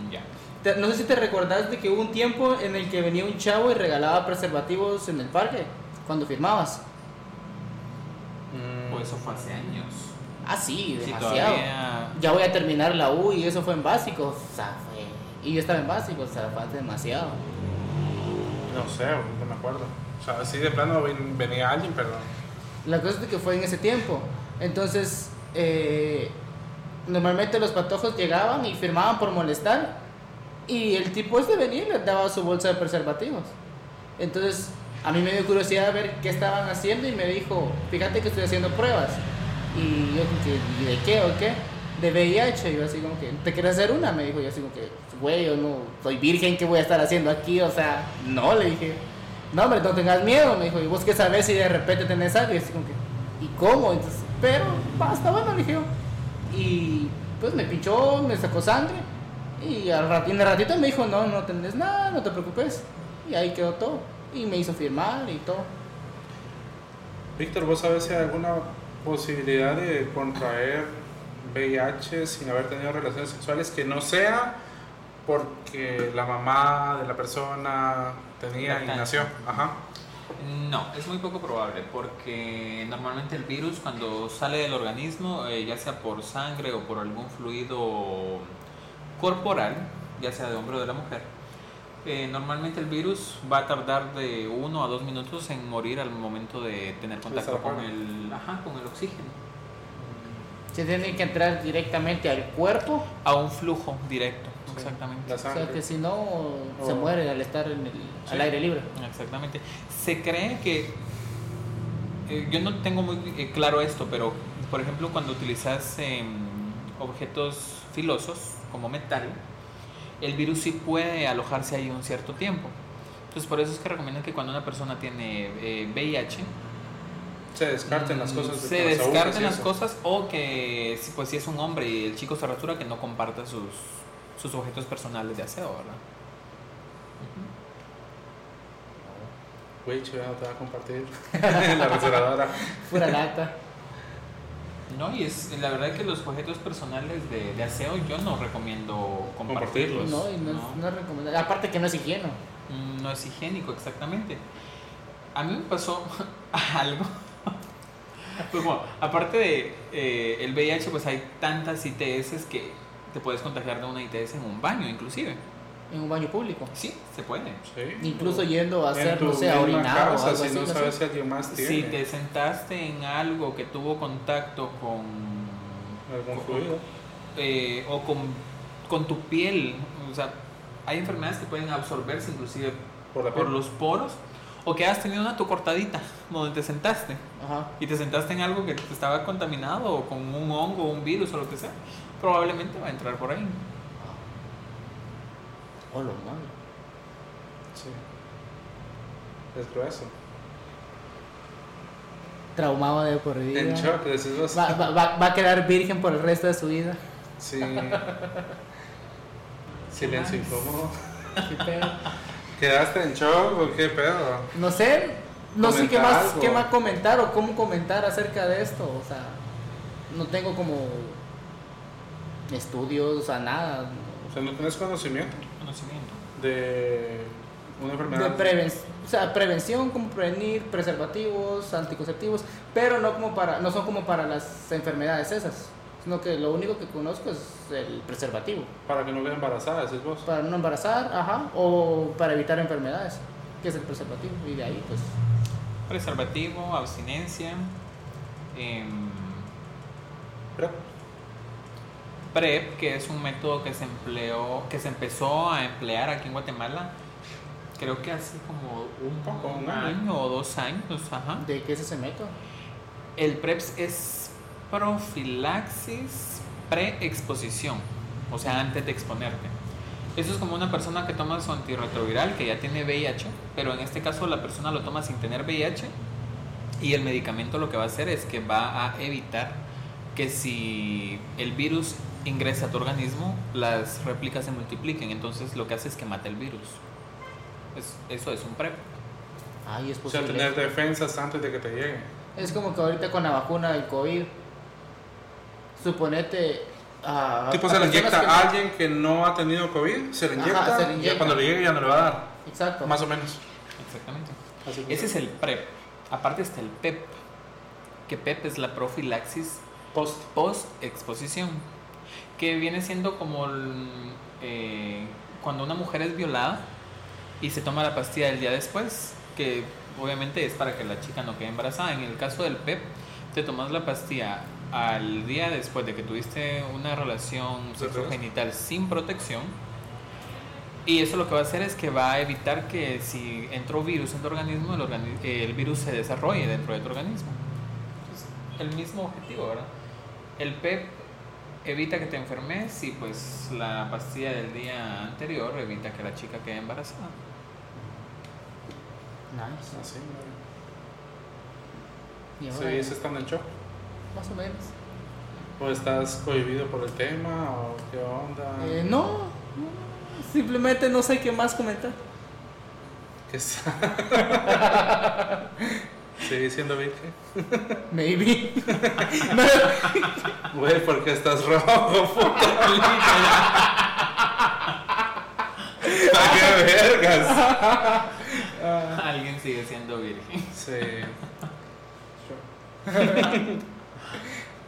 [SPEAKER 3] Mm, Ya.
[SPEAKER 1] Te- No sé si te recordás de que hubo un tiempo en el que venía un chavo y regalaba preservativos en el parque cuando firmabas.
[SPEAKER 2] Mm,
[SPEAKER 3] O pues, eso fue hace años.
[SPEAKER 1] Ah, sí,
[SPEAKER 3] Sí,
[SPEAKER 1] demasiado.
[SPEAKER 3] todavía.
[SPEAKER 1] ya voy a terminar la U y eso fue en básico. O sea, fue- Y yo estaba en básico, o sea, fue demasiado.
[SPEAKER 2] No sé, no me acuerdo. O sea, sí, de plano ven- venía alguien, pero.
[SPEAKER 1] La cosa es de que fue en ese tiempo. Entonces, eh, normalmente los patojos llegaban y firmaban por molestar. Y el tipo este venía y les daba su bolsa de preservativos. Entonces, a mí me dio curiosidad ver qué estaban haciendo y me dijo, fíjate que estoy haciendo pruebas. Y yo como que, ¿y de qué o qué? De VIH, yo así como que, ¿te quieres hacer una? Me dijo, yo así como que, güey, yo no, soy virgen, ¿qué voy a estar haciendo aquí? O sea, no, le dije, no, hombre, no tengas miedo, me dijo, ¿y vos qué sabes si de repente tenés algo? Y así como que, ¿y cómo? Entonces, pero, basta, bueno, le dije yo. Y pues me pinchó, me sacó sangre. Y al rat- en el ratito me dijo, no, no tenés nada, no te preocupes. Y ahí quedó todo. Y me hizo firmar y todo.
[SPEAKER 2] Víctor, ¿vos sabés si hay alguna posibilidad de contraer VIH sin haber tenido relaciones sexuales que no sea porque la mamá de la persona tenía y
[SPEAKER 3] Lactancia.
[SPEAKER 2] nació? Ajá.
[SPEAKER 3] No, es muy poco probable porque normalmente el virus cuando sale del organismo, eh, ya sea por sangre o por algún fluido corporal, ya sea de hombre o de la mujer, eh, normalmente el virus va a tardar de uno a dos minutos en morir al momento de tener contacto con
[SPEAKER 2] Desahogar.
[SPEAKER 3] el, ajá, con el oxígeno.
[SPEAKER 1] Se tiene que entrar directamente al cuerpo.
[SPEAKER 3] A un flujo directo,
[SPEAKER 2] Sí,
[SPEAKER 3] exactamente.
[SPEAKER 2] La
[SPEAKER 1] O sea
[SPEAKER 2] sangre.
[SPEAKER 1] que si no, se
[SPEAKER 2] O-
[SPEAKER 1] muere al estar en el,
[SPEAKER 3] Sí.
[SPEAKER 1] al aire libre.
[SPEAKER 3] Exactamente. Se cree que. eh, yo no tengo muy eh, claro esto, pero por ejemplo, cuando utilizas em, objetos filosos como metal, el virus sí puede alojarse ahí un cierto tiempo. Entonces, por eso es que recomiendan que cuando una persona tiene eh, VIH,
[SPEAKER 2] Se descarten las
[SPEAKER 3] mm,
[SPEAKER 2] cosas. de
[SPEAKER 3] se
[SPEAKER 2] las agujas y
[SPEAKER 3] descarten las
[SPEAKER 2] eso.
[SPEAKER 3] cosas o que, si- pues, si es un hombre y el chico se rasura, que no comparta sus, sus objetos personales de aseo, ¿verdad?
[SPEAKER 2] Güey, chévere, no te va a compartir la restauradora.
[SPEAKER 1] Pura lata.
[SPEAKER 3] No, y es la verdad que los objetos personales de, de aseo yo no recomiendo compartirlos.
[SPEAKER 1] No, y no, es- no es recomendable. Aparte que no es higieno.
[SPEAKER 3] Mm, no es higiénico, exactamente. A mí me pasó algo. Pues bueno, aparte de eh, el VIH, pues hay tantas ITS que te puedes contagiar de una ITS en un baño, inclusive.
[SPEAKER 1] En un baño público.
[SPEAKER 3] Sí, se puede.
[SPEAKER 2] Sí.
[SPEAKER 1] Incluso yendo a
[SPEAKER 2] En
[SPEAKER 1] hacer,
[SPEAKER 2] tu
[SPEAKER 1] no sé, a
[SPEAKER 2] misma
[SPEAKER 1] orinar o
[SPEAKER 2] casa,
[SPEAKER 1] algo
[SPEAKER 2] si
[SPEAKER 1] así.
[SPEAKER 2] no
[SPEAKER 1] no sé.
[SPEAKER 2] sabes si alguien más tiene.
[SPEAKER 3] Si te sentaste en algo que tuvo contacto con
[SPEAKER 2] Algún fluido.
[SPEAKER 3] eh, o con, con tu piel. O sea, hay enfermedades que pueden absorberse inclusive
[SPEAKER 2] Por la
[SPEAKER 3] por
[SPEAKER 2] piel.
[SPEAKER 3] los poros. O que has tenido una tu cortadita donde te sentaste.
[SPEAKER 1] Ajá.
[SPEAKER 3] Y te sentaste en algo que te estaba contaminado o con un hongo, un virus o lo que sea. Probablemente va a entrar por ahí.
[SPEAKER 1] Oh, lo malo.
[SPEAKER 2] Sí. Es grueso.
[SPEAKER 1] Traumado de por vida.
[SPEAKER 2] En shock, decís vos.
[SPEAKER 1] Va, va- va- va a quedar virgen por el resto de su vida.
[SPEAKER 2] Sí. Silencio
[SPEAKER 3] más?
[SPEAKER 2] incómodo.
[SPEAKER 1] Qué pedo.
[SPEAKER 2] ¿Quedaste en shock o qué pedo?
[SPEAKER 1] No sé, no sé qué
[SPEAKER 2] Comentar
[SPEAKER 1] más,
[SPEAKER 2] algo.
[SPEAKER 1] qué más comentar o cómo comentar acerca de esto. O sea, no tengo como estudios, o sea, nada.
[SPEAKER 2] O sea, no tenés conocimiento
[SPEAKER 3] Conocimiento.
[SPEAKER 2] de una
[SPEAKER 1] De
[SPEAKER 2] enfermedad.
[SPEAKER 1] preven o sea, prevención, como prevenir, preservativos, anticonceptivos, pero no como para, no son como para las enfermedades esas, sino que lo único que conozco es el preservativo,
[SPEAKER 2] para que no quede embarazada, decís vos.
[SPEAKER 1] para no embarazar, ajá, o para evitar enfermedades, que es el preservativo, y de ahí pues
[SPEAKER 3] Preservativo, abstinencia, em,
[SPEAKER 2] Pero,
[SPEAKER 3] PrEP, que es un método que se empleó, que se empezó a emplear aquí en Guatemala, creo que hace como
[SPEAKER 2] un poco,
[SPEAKER 3] un
[SPEAKER 2] un año.
[SPEAKER 3] año o dos años, ajá.
[SPEAKER 2] Ah.
[SPEAKER 1] de qué es ese método.
[SPEAKER 3] El PREPS es profilaxis preexposición, o sea, antes de exponerte. Eso es como una persona que toma su antirretroviral, que ya tiene VIH, pero en este caso la persona lo toma sin tener VIH y el medicamento lo que va a hacer es que va a evitar que si el virus ingresa a tu organismo, las réplicas se multipliquen. Entonces lo que hace es que mata el virus. Es- eso es un PREP.
[SPEAKER 1] Ay, es
[SPEAKER 2] O sea,
[SPEAKER 1] posible.
[SPEAKER 2] tener defensas antes de que te llegue.
[SPEAKER 1] Es como que ahorita con la vacuna del COVID, suponete. a-
[SPEAKER 2] tipo,
[SPEAKER 1] a
[SPEAKER 2] se le
[SPEAKER 1] Ah, personas
[SPEAKER 2] inyecta
[SPEAKER 1] que no-
[SPEAKER 2] a alguien que no ha tenido COVID, se le
[SPEAKER 1] Ajá,
[SPEAKER 2] inyecta,
[SPEAKER 1] se le
[SPEAKER 2] y ya
[SPEAKER 1] inyecta.
[SPEAKER 2] cuando le llegue ya no le va a dar.
[SPEAKER 1] Exacto.
[SPEAKER 2] Más o menos.
[SPEAKER 3] Exactamente.
[SPEAKER 2] Así que-
[SPEAKER 3] Ese es el PrEP. Aparte está el PEP, que PEP es la profilaxis
[SPEAKER 2] post.
[SPEAKER 3] post-exposición, que viene siendo como el, eh, cuando una mujer es violada y se toma la pastilla el día después, que obviamente es para que la chica no quede embarazada. En el caso del PEP, te tomas la pastilla al día después de que tuviste una relación sexogenital sin protección. Y eso lo que va a hacer es que va a evitar que si entró virus en tu organismo, el, organi- el virus se desarrolle dentro de tu organismo. Entonces, el mismo objetivo, ¿verdad? El E PEP evita que te enfermes y pues la pastilla del día anterior evita que la chica quede embarazada.
[SPEAKER 1] Nice.
[SPEAKER 2] Así, ¿no?
[SPEAKER 1] Y
[SPEAKER 2] Sí,
[SPEAKER 1] ahora,
[SPEAKER 2] ese está en el shock.
[SPEAKER 1] más o menos.
[SPEAKER 2] ¿O Pues, estás cohibido por el tema? ¿O qué onda?
[SPEAKER 1] Eh, no, no, no, simplemente no sé qué más comentar.
[SPEAKER 2] ¿Qué es? ¿Sigue siendo virgen?
[SPEAKER 1] Maybe.
[SPEAKER 2] Güey, ¿por qué estás rojo, puta linda? ¿A qué vergas?
[SPEAKER 3] Alguien sigue siendo virgen.
[SPEAKER 2] Sí.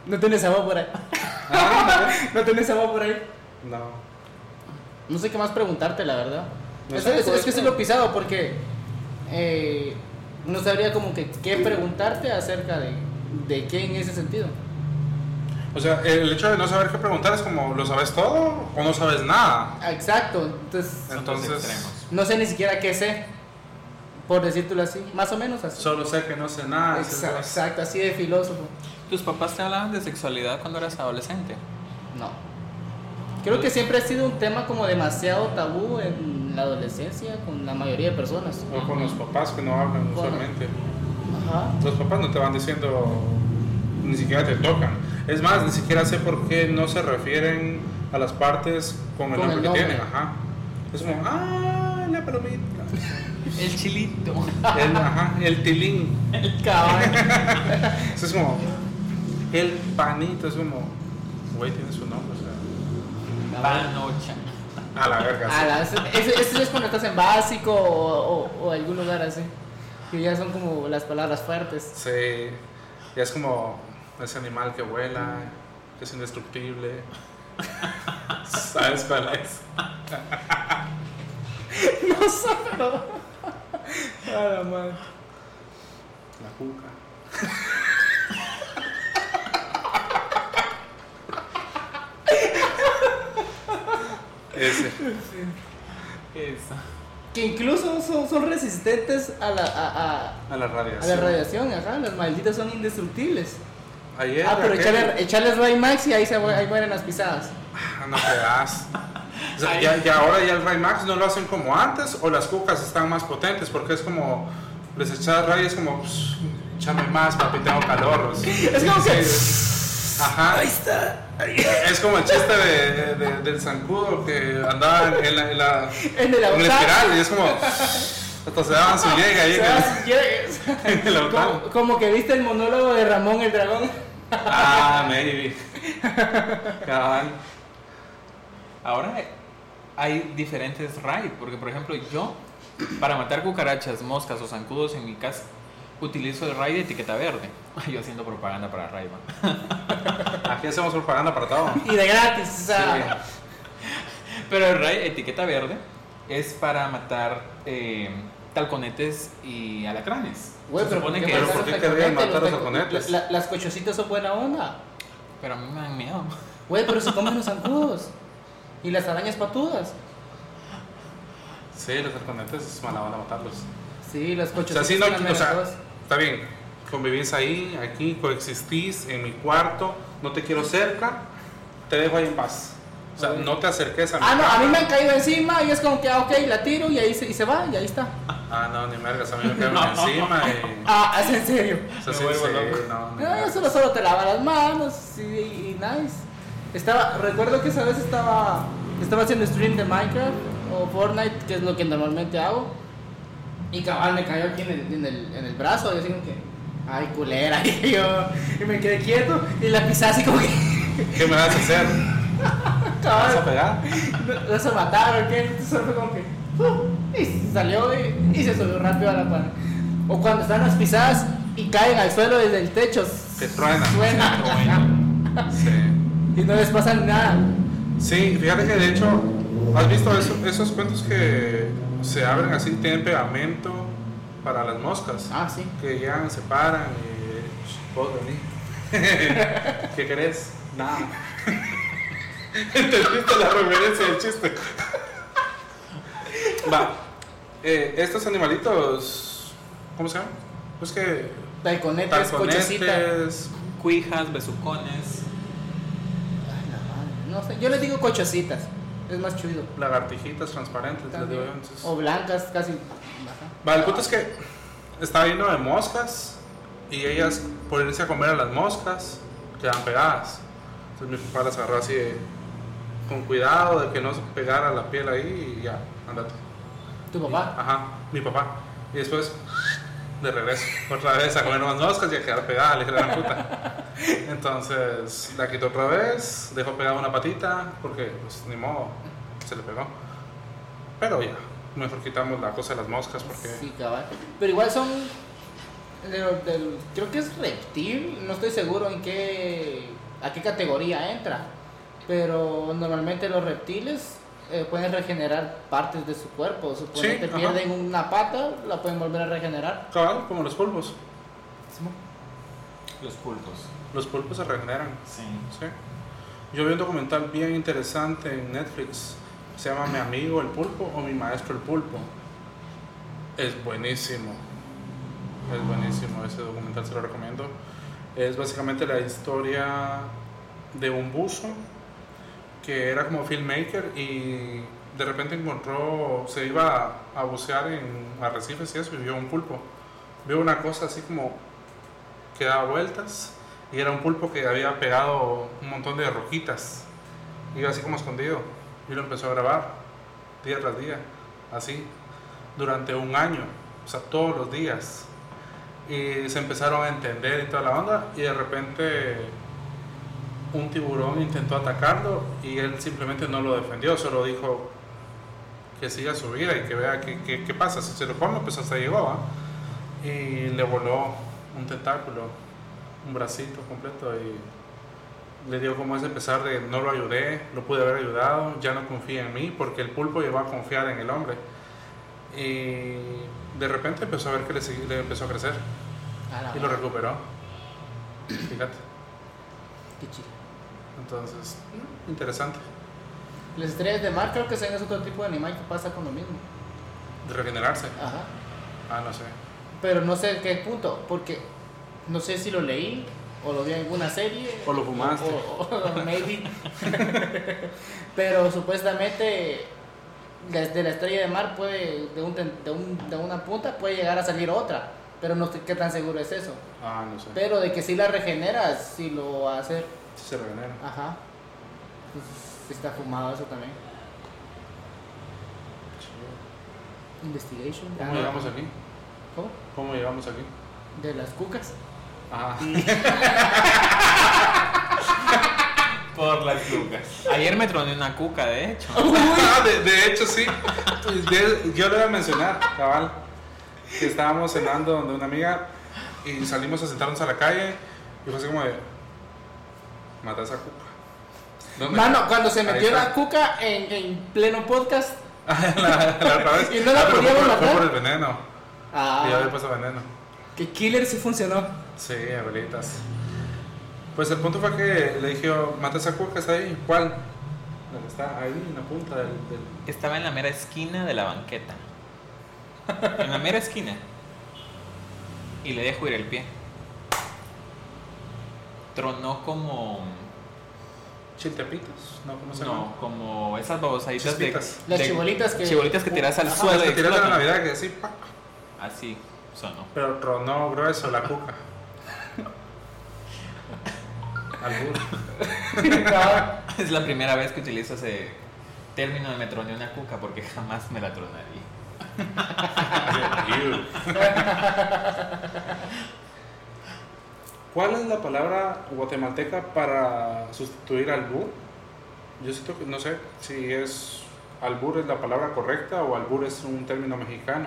[SPEAKER 1] no tienes agua por ahí. no tienes agua por ahí.
[SPEAKER 2] No.
[SPEAKER 1] No sé qué más preguntarte, la verdad.
[SPEAKER 2] No
[SPEAKER 1] es,
[SPEAKER 2] sé,
[SPEAKER 1] es-
[SPEAKER 2] pues,
[SPEAKER 1] es que es
[SPEAKER 2] pero-
[SPEAKER 1] lo pisado porque eh, no sabría como que qué preguntarte acerca de, de qué en ese sentido.
[SPEAKER 2] O sea, el hecho de no saber qué preguntar es como, ¿lo sabes todo o no sabes nada?
[SPEAKER 1] Ah, Exacto, entonces
[SPEAKER 3] Son dos
[SPEAKER 2] Entonces-
[SPEAKER 3] extremos.
[SPEAKER 1] no sé ni siquiera qué sé, por decírtelo así, más o menos así.
[SPEAKER 2] Solo sé que no sé nada.
[SPEAKER 1] Exa- exacto, así de filósofo.
[SPEAKER 3] ¿Tus papás te hablaban de sexualidad cuando eras adolescente?
[SPEAKER 1] No. Creo que siempre ha sido un tema como demasiado tabú en la adolescencia con la mayoría de personas.
[SPEAKER 2] O con los papás que no hablan
[SPEAKER 1] Con-
[SPEAKER 2] usualmente.
[SPEAKER 1] Ajá.
[SPEAKER 2] Los papás no te van diciendo, ni siquiera te tocan. Es más, ni siquiera sé por qué no se refieren a las partes con el
[SPEAKER 1] Con el
[SPEAKER 2] nombre que
[SPEAKER 1] nombre.
[SPEAKER 2] tienen. Ajá. Es como, ah, la palomita.
[SPEAKER 3] El chilito.
[SPEAKER 2] El, ajá, el tilín.
[SPEAKER 1] El caballo.
[SPEAKER 2] Eso es como, el panito. Es como, güey, tiene su nombre. O
[SPEAKER 3] Panocha.
[SPEAKER 2] sea, a la verga. sí.
[SPEAKER 1] A las- eso, eso es cuando estás en básico o, o- o algún lugar así. Que ya son como las palabras fuertes.
[SPEAKER 2] Sí, ya es como ese animal que vuela, que es indestructible. ¿Sabes cuál es?
[SPEAKER 1] No sé, pero. A la madre.
[SPEAKER 2] La juca. Ese.
[SPEAKER 3] Eso.
[SPEAKER 1] Que incluso son, son resistentes a la, a, a-
[SPEAKER 2] A la
[SPEAKER 1] a
[SPEAKER 2] radiación.
[SPEAKER 1] la radiación, ajá. Las malditas son indestructibles.
[SPEAKER 2] Ayer.
[SPEAKER 1] Ah, pero
[SPEAKER 2] aquel-
[SPEAKER 1] echarle, echarles Raymax y ahí, se, mu- ahí mueren las pisadas.
[SPEAKER 2] Ah, no te das. O sea,
[SPEAKER 3] Ay.
[SPEAKER 2] ya, ya ahora ya el Raymax no lo hacen como antes o las cucas están más potentes porque es como les echas ray es como "Pss, échame más papi tengo calor.
[SPEAKER 1] Es como que.
[SPEAKER 2] Ajá. Es como el chiste de, de- del zancudo que andaba en la, en la,
[SPEAKER 1] En el
[SPEAKER 2] en la
[SPEAKER 1] altar.
[SPEAKER 2] espiral y es como hasta se daban su llega ahí
[SPEAKER 1] O
[SPEAKER 2] en
[SPEAKER 1] sea,
[SPEAKER 2] el-
[SPEAKER 1] si quieres.
[SPEAKER 2] en el, altar.
[SPEAKER 1] como, como que viste el monólogo de Ramón el Dragón.
[SPEAKER 2] Ah, maybe. Cabal.
[SPEAKER 3] Ahora eh, hay diferentes raids, porque por ejemplo yo, para matar cucarachas, moscas o zancudos en mi casa, utilizo el raid de etiqueta verde. Yo haciendo propaganda para raid. man.
[SPEAKER 2] Aquí hacemos propaganda para todo.
[SPEAKER 1] Y de gratis, o sea.
[SPEAKER 3] Pero el raid etiqueta verde es para matar eh, talconetes y alacranes.
[SPEAKER 1] Güey,
[SPEAKER 3] Se supone
[SPEAKER 1] ¿por
[SPEAKER 3] que
[SPEAKER 1] qué
[SPEAKER 2] pero
[SPEAKER 3] es-
[SPEAKER 1] matar
[SPEAKER 2] ¿por qué
[SPEAKER 1] los
[SPEAKER 2] querrían
[SPEAKER 1] taconetes? Los
[SPEAKER 2] matar a los
[SPEAKER 1] taco-
[SPEAKER 2] taconetes?
[SPEAKER 1] la- Las cochocitas son buena onda.
[SPEAKER 3] pero a mí me dan miedo.
[SPEAKER 1] Güey, pero se comen los zancudos. Y las arañas patudas.
[SPEAKER 2] Sí, los arconetes es mala onda matarlos.
[SPEAKER 1] Sí, las
[SPEAKER 2] O sea,
[SPEAKER 1] cochocitas.
[SPEAKER 2] sí, no,
[SPEAKER 1] son las
[SPEAKER 2] o sea,
[SPEAKER 1] menos dos.
[SPEAKER 2] está bien, convivís ahí, aquí, coexistís en mi cuarto, no te quiero cerca, te dejo ahí en paz. O sea, no te acerques a mi
[SPEAKER 1] Ah, no, a mí me
[SPEAKER 2] cama.
[SPEAKER 1] han caído encima y es como que, ah, ok, la tiro y ahí se, y se va y ahí está.
[SPEAKER 2] Ah, no, ni mergas, a mí me caen encima y...
[SPEAKER 1] Ah, es en serio.
[SPEAKER 2] O sea,
[SPEAKER 3] Me
[SPEAKER 2] sí,
[SPEAKER 3] vuelvo
[SPEAKER 2] sí,
[SPEAKER 3] loco.
[SPEAKER 2] no, ni
[SPEAKER 1] No,
[SPEAKER 2] mergas.
[SPEAKER 1] solo, solo te lava las manos y, y nice. Estaba, recuerdo que esa vez estaba, estaba haciendo stream de Minecraft o Fortnite, que es lo que normalmente hago. Y cabal me cayó aquí en el, en el, en el brazo. Yo así como que, ay, culera. Y yo y me quedé quieto y la pisé así como que,
[SPEAKER 2] ¿Qué me vas a hacer? ¿Me vas a
[SPEAKER 1] cabal,
[SPEAKER 2] pegar?
[SPEAKER 1] no, no se mataron, ¿qué? Entonces solo fue como que, ¡fu! y se salió y, y se subió rápido a la pared. O cuando están las pisadas y caen al suelo desde el techo.
[SPEAKER 2] Que truena.
[SPEAKER 1] Suena.
[SPEAKER 2] Sí.
[SPEAKER 1] Y no les pasa nada.
[SPEAKER 2] Sí, fíjate que de hecho, ¿has visto eso- esos cuentos que se abren así, tienen pegamento para las moscas?
[SPEAKER 1] Ah, sí.
[SPEAKER 2] que llegan, se paran y vos venís. ¿Qué querés? Nada. ¿Entendiste la referencia del chiste? Va. Eh, estos animalitos, ¿cómo se llaman? Pues que
[SPEAKER 1] Taiconetes, cochecita.
[SPEAKER 2] eh. talconetes,
[SPEAKER 3] cuijas, besucones,
[SPEAKER 1] Ay, la madre, No sé, yo les digo cochecitas. Es más chido.
[SPEAKER 2] lagartijitas transparentes, les digo
[SPEAKER 1] También.
[SPEAKER 2] yo, entonces.
[SPEAKER 1] O blancas, casi.
[SPEAKER 2] Vale, el punto es que estaba lleno de moscas y ellas por irse a comer a las moscas quedan pegadas. Entonces mi papá las agarró así de- con cuidado de que no se pegara la piel ahí y ya, andate.
[SPEAKER 1] Tu papá.
[SPEAKER 2] Ajá, mi papá. Y después de regreso, otra vez a comer más moscas y a quedar pegada, le dije "La gran puta. Entonces la quitó otra vez, dejó pegada una patita porque pues ni modo, se le pegó. Pero ya, mejor quitamos la cosa de las moscas porque...
[SPEAKER 1] Sí, cabal. Pero igual son. de- del- creo que es reptil. No estoy seguro en qué. a qué categoría entra. Pero normalmente los reptiles. eh, pueden regenerar partes de su cuerpo. Suponete
[SPEAKER 2] Sí, ajá.
[SPEAKER 1] pierden una pata, la pueden volver a regenerar.
[SPEAKER 2] Cabal, como los pulpos.
[SPEAKER 3] los pulpos.
[SPEAKER 2] Los pulpos se regeneran.
[SPEAKER 3] Sí.
[SPEAKER 2] ¿sí? Yo vi un documental bien interesante en Netflix. Se llama Mi amigo el pulpo o Mi maestro el pulpo. Es buenísimo. Es buenísimo. Ese documental se lo recomiendo. Es básicamente la historia de un buzo que era como filmmaker y de repente encontró, se iba a, a bucear en arrecifes y eso y vio un pulpo. Vio una cosa así como que daba vueltas y era un pulpo que había pegado un montón de roquitas. Iba así como escondido. Y lo empezó a grabar día tras día, así, durante un año, o sea, todos los días. Y se empezaron a entender y toda la onda. Y de repente un tiburón intentó atacarlo y él simplemente no lo defendió, solo dijo que siga su vida y que vea qué, qué- qué pasa. Si se lo come, pues hasta ahí llegó. ¿va? Y le voló un tentáculo un bracito completo y le dio como ese pesar de Eh, no lo ayudé, lo pude haber ayudado, ya no confía en mí porque el pulpo llegó a confiar en el hombre. Y de repente empezó a ver que le, segui- le empezó a crecer
[SPEAKER 1] A la
[SPEAKER 2] y lo
[SPEAKER 1] madre,
[SPEAKER 2] recuperó. Fíjate.
[SPEAKER 1] qué chido.
[SPEAKER 2] Entonces, interesante.
[SPEAKER 1] Las estrellas de mar creo que son ese otro tipo de animal que pasa con lo mismo.
[SPEAKER 2] De regenerarse.
[SPEAKER 1] Ajá.
[SPEAKER 2] Ah, no sé.
[SPEAKER 1] Pero no sé qué punto, porque no sé si lo leí o lo vi en alguna serie.
[SPEAKER 2] O lo fumaste.
[SPEAKER 1] O, o- o maybe. Pero supuestamente desde la estrella de mar puede, de, un ten- de un- de una punta puede llegar a salir otra. Pero no sé qué tan seguro es eso.
[SPEAKER 2] Ah, no sé.
[SPEAKER 1] Pero de que si la regeneras, si lo va a hacer.
[SPEAKER 2] Sí se regenera.
[SPEAKER 1] Ajá. Entonces, está fumado eso también. Investigation.
[SPEAKER 2] ¿Cómo
[SPEAKER 1] Ah,
[SPEAKER 2] llegamos aquí?
[SPEAKER 1] ¿Cómo?
[SPEAKER 2] ¿Cómo llegamos aquí?
[SPEAKER 1] De las cucas.
[SPEAKER 2] Ah,
[SPEAKER 3] Por las cucas. Ayer me troné una cuca, de hecho.
[SPEAKER 2] Ah, de, de hecho sí. De- yo lo iba a mencionar, cabal. Que estábamos cenando donde una amiga y salimos a sentarnos a la calle y fue así como de. Mata esa cuca. ¿Dónde?
[SPEAKER 1] Mano, cuando se
[SPEAKER 2] Ahí
[SPEAKER 1] metió
[SPEAKER 2] está.
[SPEAKER 1] la cuca en, en pleno podcast.
[SPEAKER 2] la, la otra vez. Ah,
[SPEAKER 1] ¿Y no la
[SPEAKER 2] pero fue,
[SPEAKER 1] podíamos
[SPEAKER 2] por- fue
[SPEAKER 1] matar?
[SPEAKER 2] por el veneno. Y yo
[SPEAKER 1] Ah,
[SPEAKER 2] le puse veneno.
[SPEAKER 1] que Killer sí funcionó.
[SPEAKER 2] Sí, abuelitas. Pues el punto fue que le dije, yo, mata esa cuca, está ahí. ¿Cuál? La que está ahí en la punta del. del-
[SPEAKER 3] Estaba en la mera esquina de la banqueta. En la mera esquina. Y le dejo ir el pie. Tronó como.
[SPEAKER 2] Chiltepitos, ¿no? ¿Cómo se llama?
[SPEAKER 3] No, como esas babosaditas de,
[SPEAKER 2] Chispitas.
[SPEAKER 1] Las
[SPEAKER 3] de-
[SPEAKER 1] chibolitas que-
[SPEAKER 3] Chibolitas que tiras al
[SPEAKER 1] Ajá,
[SPEAKER 2] Las
[SPEAKER 3] suelo.
[SPEAKER 2] que
[SPEAKER 3] y
[SPEAKER 2] tiran de la
[SPEAKER 3] explotan. Ah,
[SPEAKER 2] Navidad que sí, ¡pac!
[SPEAKER 3] Así sonó.
[SPEAKER 2] Pero tronó grueso la cuca. Albur.
[SPEAKER 1] Cabal.
[SPEAKER 3] Es la primera vez que utilizo ese término de me troné una cuca porque jamás me la tronaría.
[SPEAKER 2] ¿Cuál es la palabra guatemalteca para sustituir albur? Yo siento que no sé si es albur es la palabra correcta o albur es un término mexicano.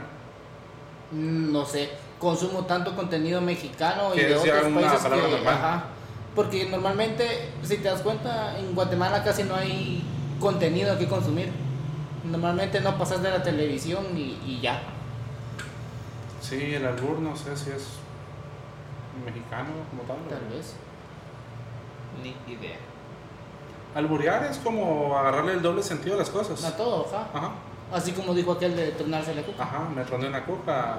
[SPEAKER 1] Mm, no sé, consumo tanto contenido mexicano y
[SPEAKER 2] Que
[SPEAKER 1] de
[SPEAKER 2] es
[SPEAKER 1] otros
[SPEAKER 2] ya una
[SPEAKER 1] países
[SPEAKER 2] palabra
[SPEAKER 1] que-
[SPEAKER 2] normal.
[SPEAKER 1] ajá. porque normalmente, si te das cuenta, en Guatemala casi no hay contenido que consumir. Normalmente no pasas de la televisión y, y ya.
[SPEAKER 2] Sí, el albur no sé si es mexicano como tal. o-
[SPEAKER 1] Tal vez.
[SPEAKER 3] Ni idea.
[SPEAKER 2] Alburear es como agarrarle el doble sentido a las cosas.
[SPEAKER 1] A todo, ajá.
[SPEAKER 2] Ajá, Ah,
[SPEAKER 1] Así como dijo aquel de tronarse la cuca.
[SPEAKER 2] ajá, me troné una cuca.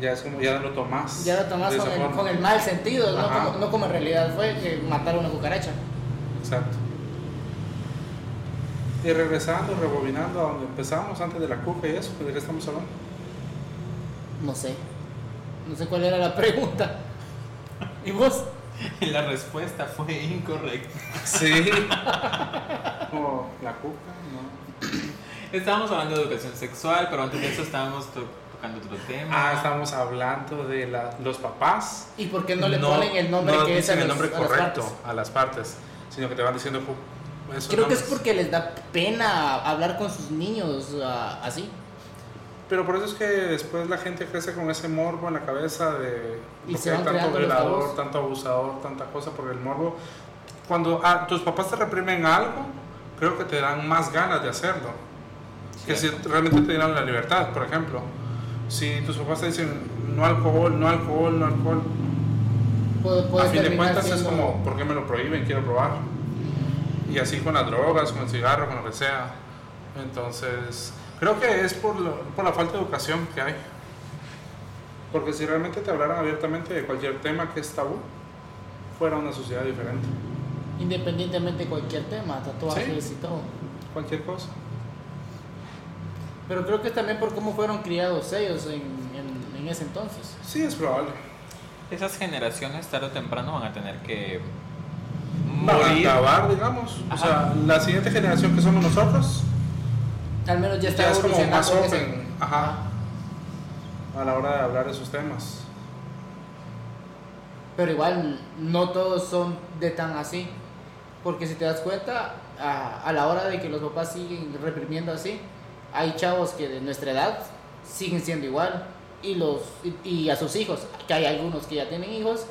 [SPEAKER 2] ya es como, ya lo tomás.
[SPEAKER 1] Ya lo tomás
[SPEAKER 2] de
[SPEAKER 1] con
[SPEAKER 2] esa
[SPEAKER 1] el,
[SPEAKER 2] forma.
[SPEAKER 1] con el mal sentido, no
[SPEAKER 2] Ajá.
[SPEAKER 1] como, no como en realidad fue que matar una cucaracha.
[SPEAKER 2] Exacto. Y regresando, rebobinando a donde empezamos, antes de la cuca y eso, pues, ¿de qué estamos hablando?
[SPEAKER 1] No sé. No sé cuál era la pregunta. ¿Y vos?
[SPEAKER 3] La respuesta fue incorrecta.
[SPEAKER 2] Sí. Como la cuca, ¿no?
[SPEAKER 3] Estábamos hablando de educación sexual, pero antes de eso estábamos to- tocando otro tema.
[SPEAKER 2] Ah, estamos hablando de la- los papás.
[SPEAKER 1] ¿Y por qué no le ponen el nombre
[SPEAKER 2] no
[SPEAKER 1] que es a
[SPEAKER 2] dicen el
[SPEAKER 1] los-
[SPEAKER 2] nombre
[SPEAKER 1] a las
[SPEAKER 2] correcto
[SPEAKER 1] partes?
[SPEAKER 2] a las partes, sino que te van diciendo pu- esos
[SPEAKER 1] Creo que es
[SPEAKER 2] nombres.
[SPEAKER 1] porque les da pena hablar con sus niños ah, así.
[SPEAKER 2] Pero por eso es que después la gente crece con ese morbo en la cabeza de
[SPEAKER 1] Y
[SPEAKER 2] porque
[SPEAKER 1] se
[SPEAKER 2] hay
[SPEAKER 1] van
[SPEAKER 2] tanto
[SPEAKER 1] creando los
[SPEAKER 2] violador,
[SPEAKER 1] tabús.
[SPEAKER 2] tanto abusador, tanta cosa por el morbo. Cuando ah, tus papás te reprimen algo, creo que te dan más ganas de hacerlo. Que si realmente te dieran la libertad, por ejemplo. Si tus papás te dicen no alcohol, no alcohol, no alcohol,
[SPEAKER 1] Puede- puede
[SPEAKER 2] a fin de
[SPEAKER 1] terminar
[SPEAKER 2] cuentas es
[SPEAKER 1] siendo-
[SPEAKER 2] como, ¿por qué me lo prohíben? Quiero probar. Y así con las drogas, con el cigarro, con lo que sea. Entonces, creo que es por, lo- por la falta de educación que hay. Porque si realmente te hablaran abiertamente de cualquier tema que es tabú, fuera una sociedad diferente.
[SPEAKER 1] Independientemente de cualquier tema, tatuajes y todo.
[SPEAKER 2] Cualquier cosa.
[SPEAKER 1] Pero creo que es también por cómo fueron criados ellos en, en- en ese entonces.
[SPEAKER 2] Sí, es probable.
[SPEAKER 3] Esas generaciones tarde o temprano van a tener que
[SPEAKER 2] Para
[SPEAKER 3] morir.
[SPEAKER 2] acabar, digamos. O sea, la siguiente generación que somos nosotros,
[SPEAKER 1] Al menos ya está
[SPEAKER 2] ya es como más
[SPEAKER 1] evolucionando ese-
[SPEAKER 2] open. Ajá. A la hora de hablar de esos temas.
[SPEAKER 1] Pero igual, no todos son de tan así. Porque si te das cuenta, a, a la hora de que los papás siguen reprimiendo así, hay chavos que de nuestra edad siguen siendo igual. Y, los, y, y a sus hijos, que hay algunos que ya tienen hijos,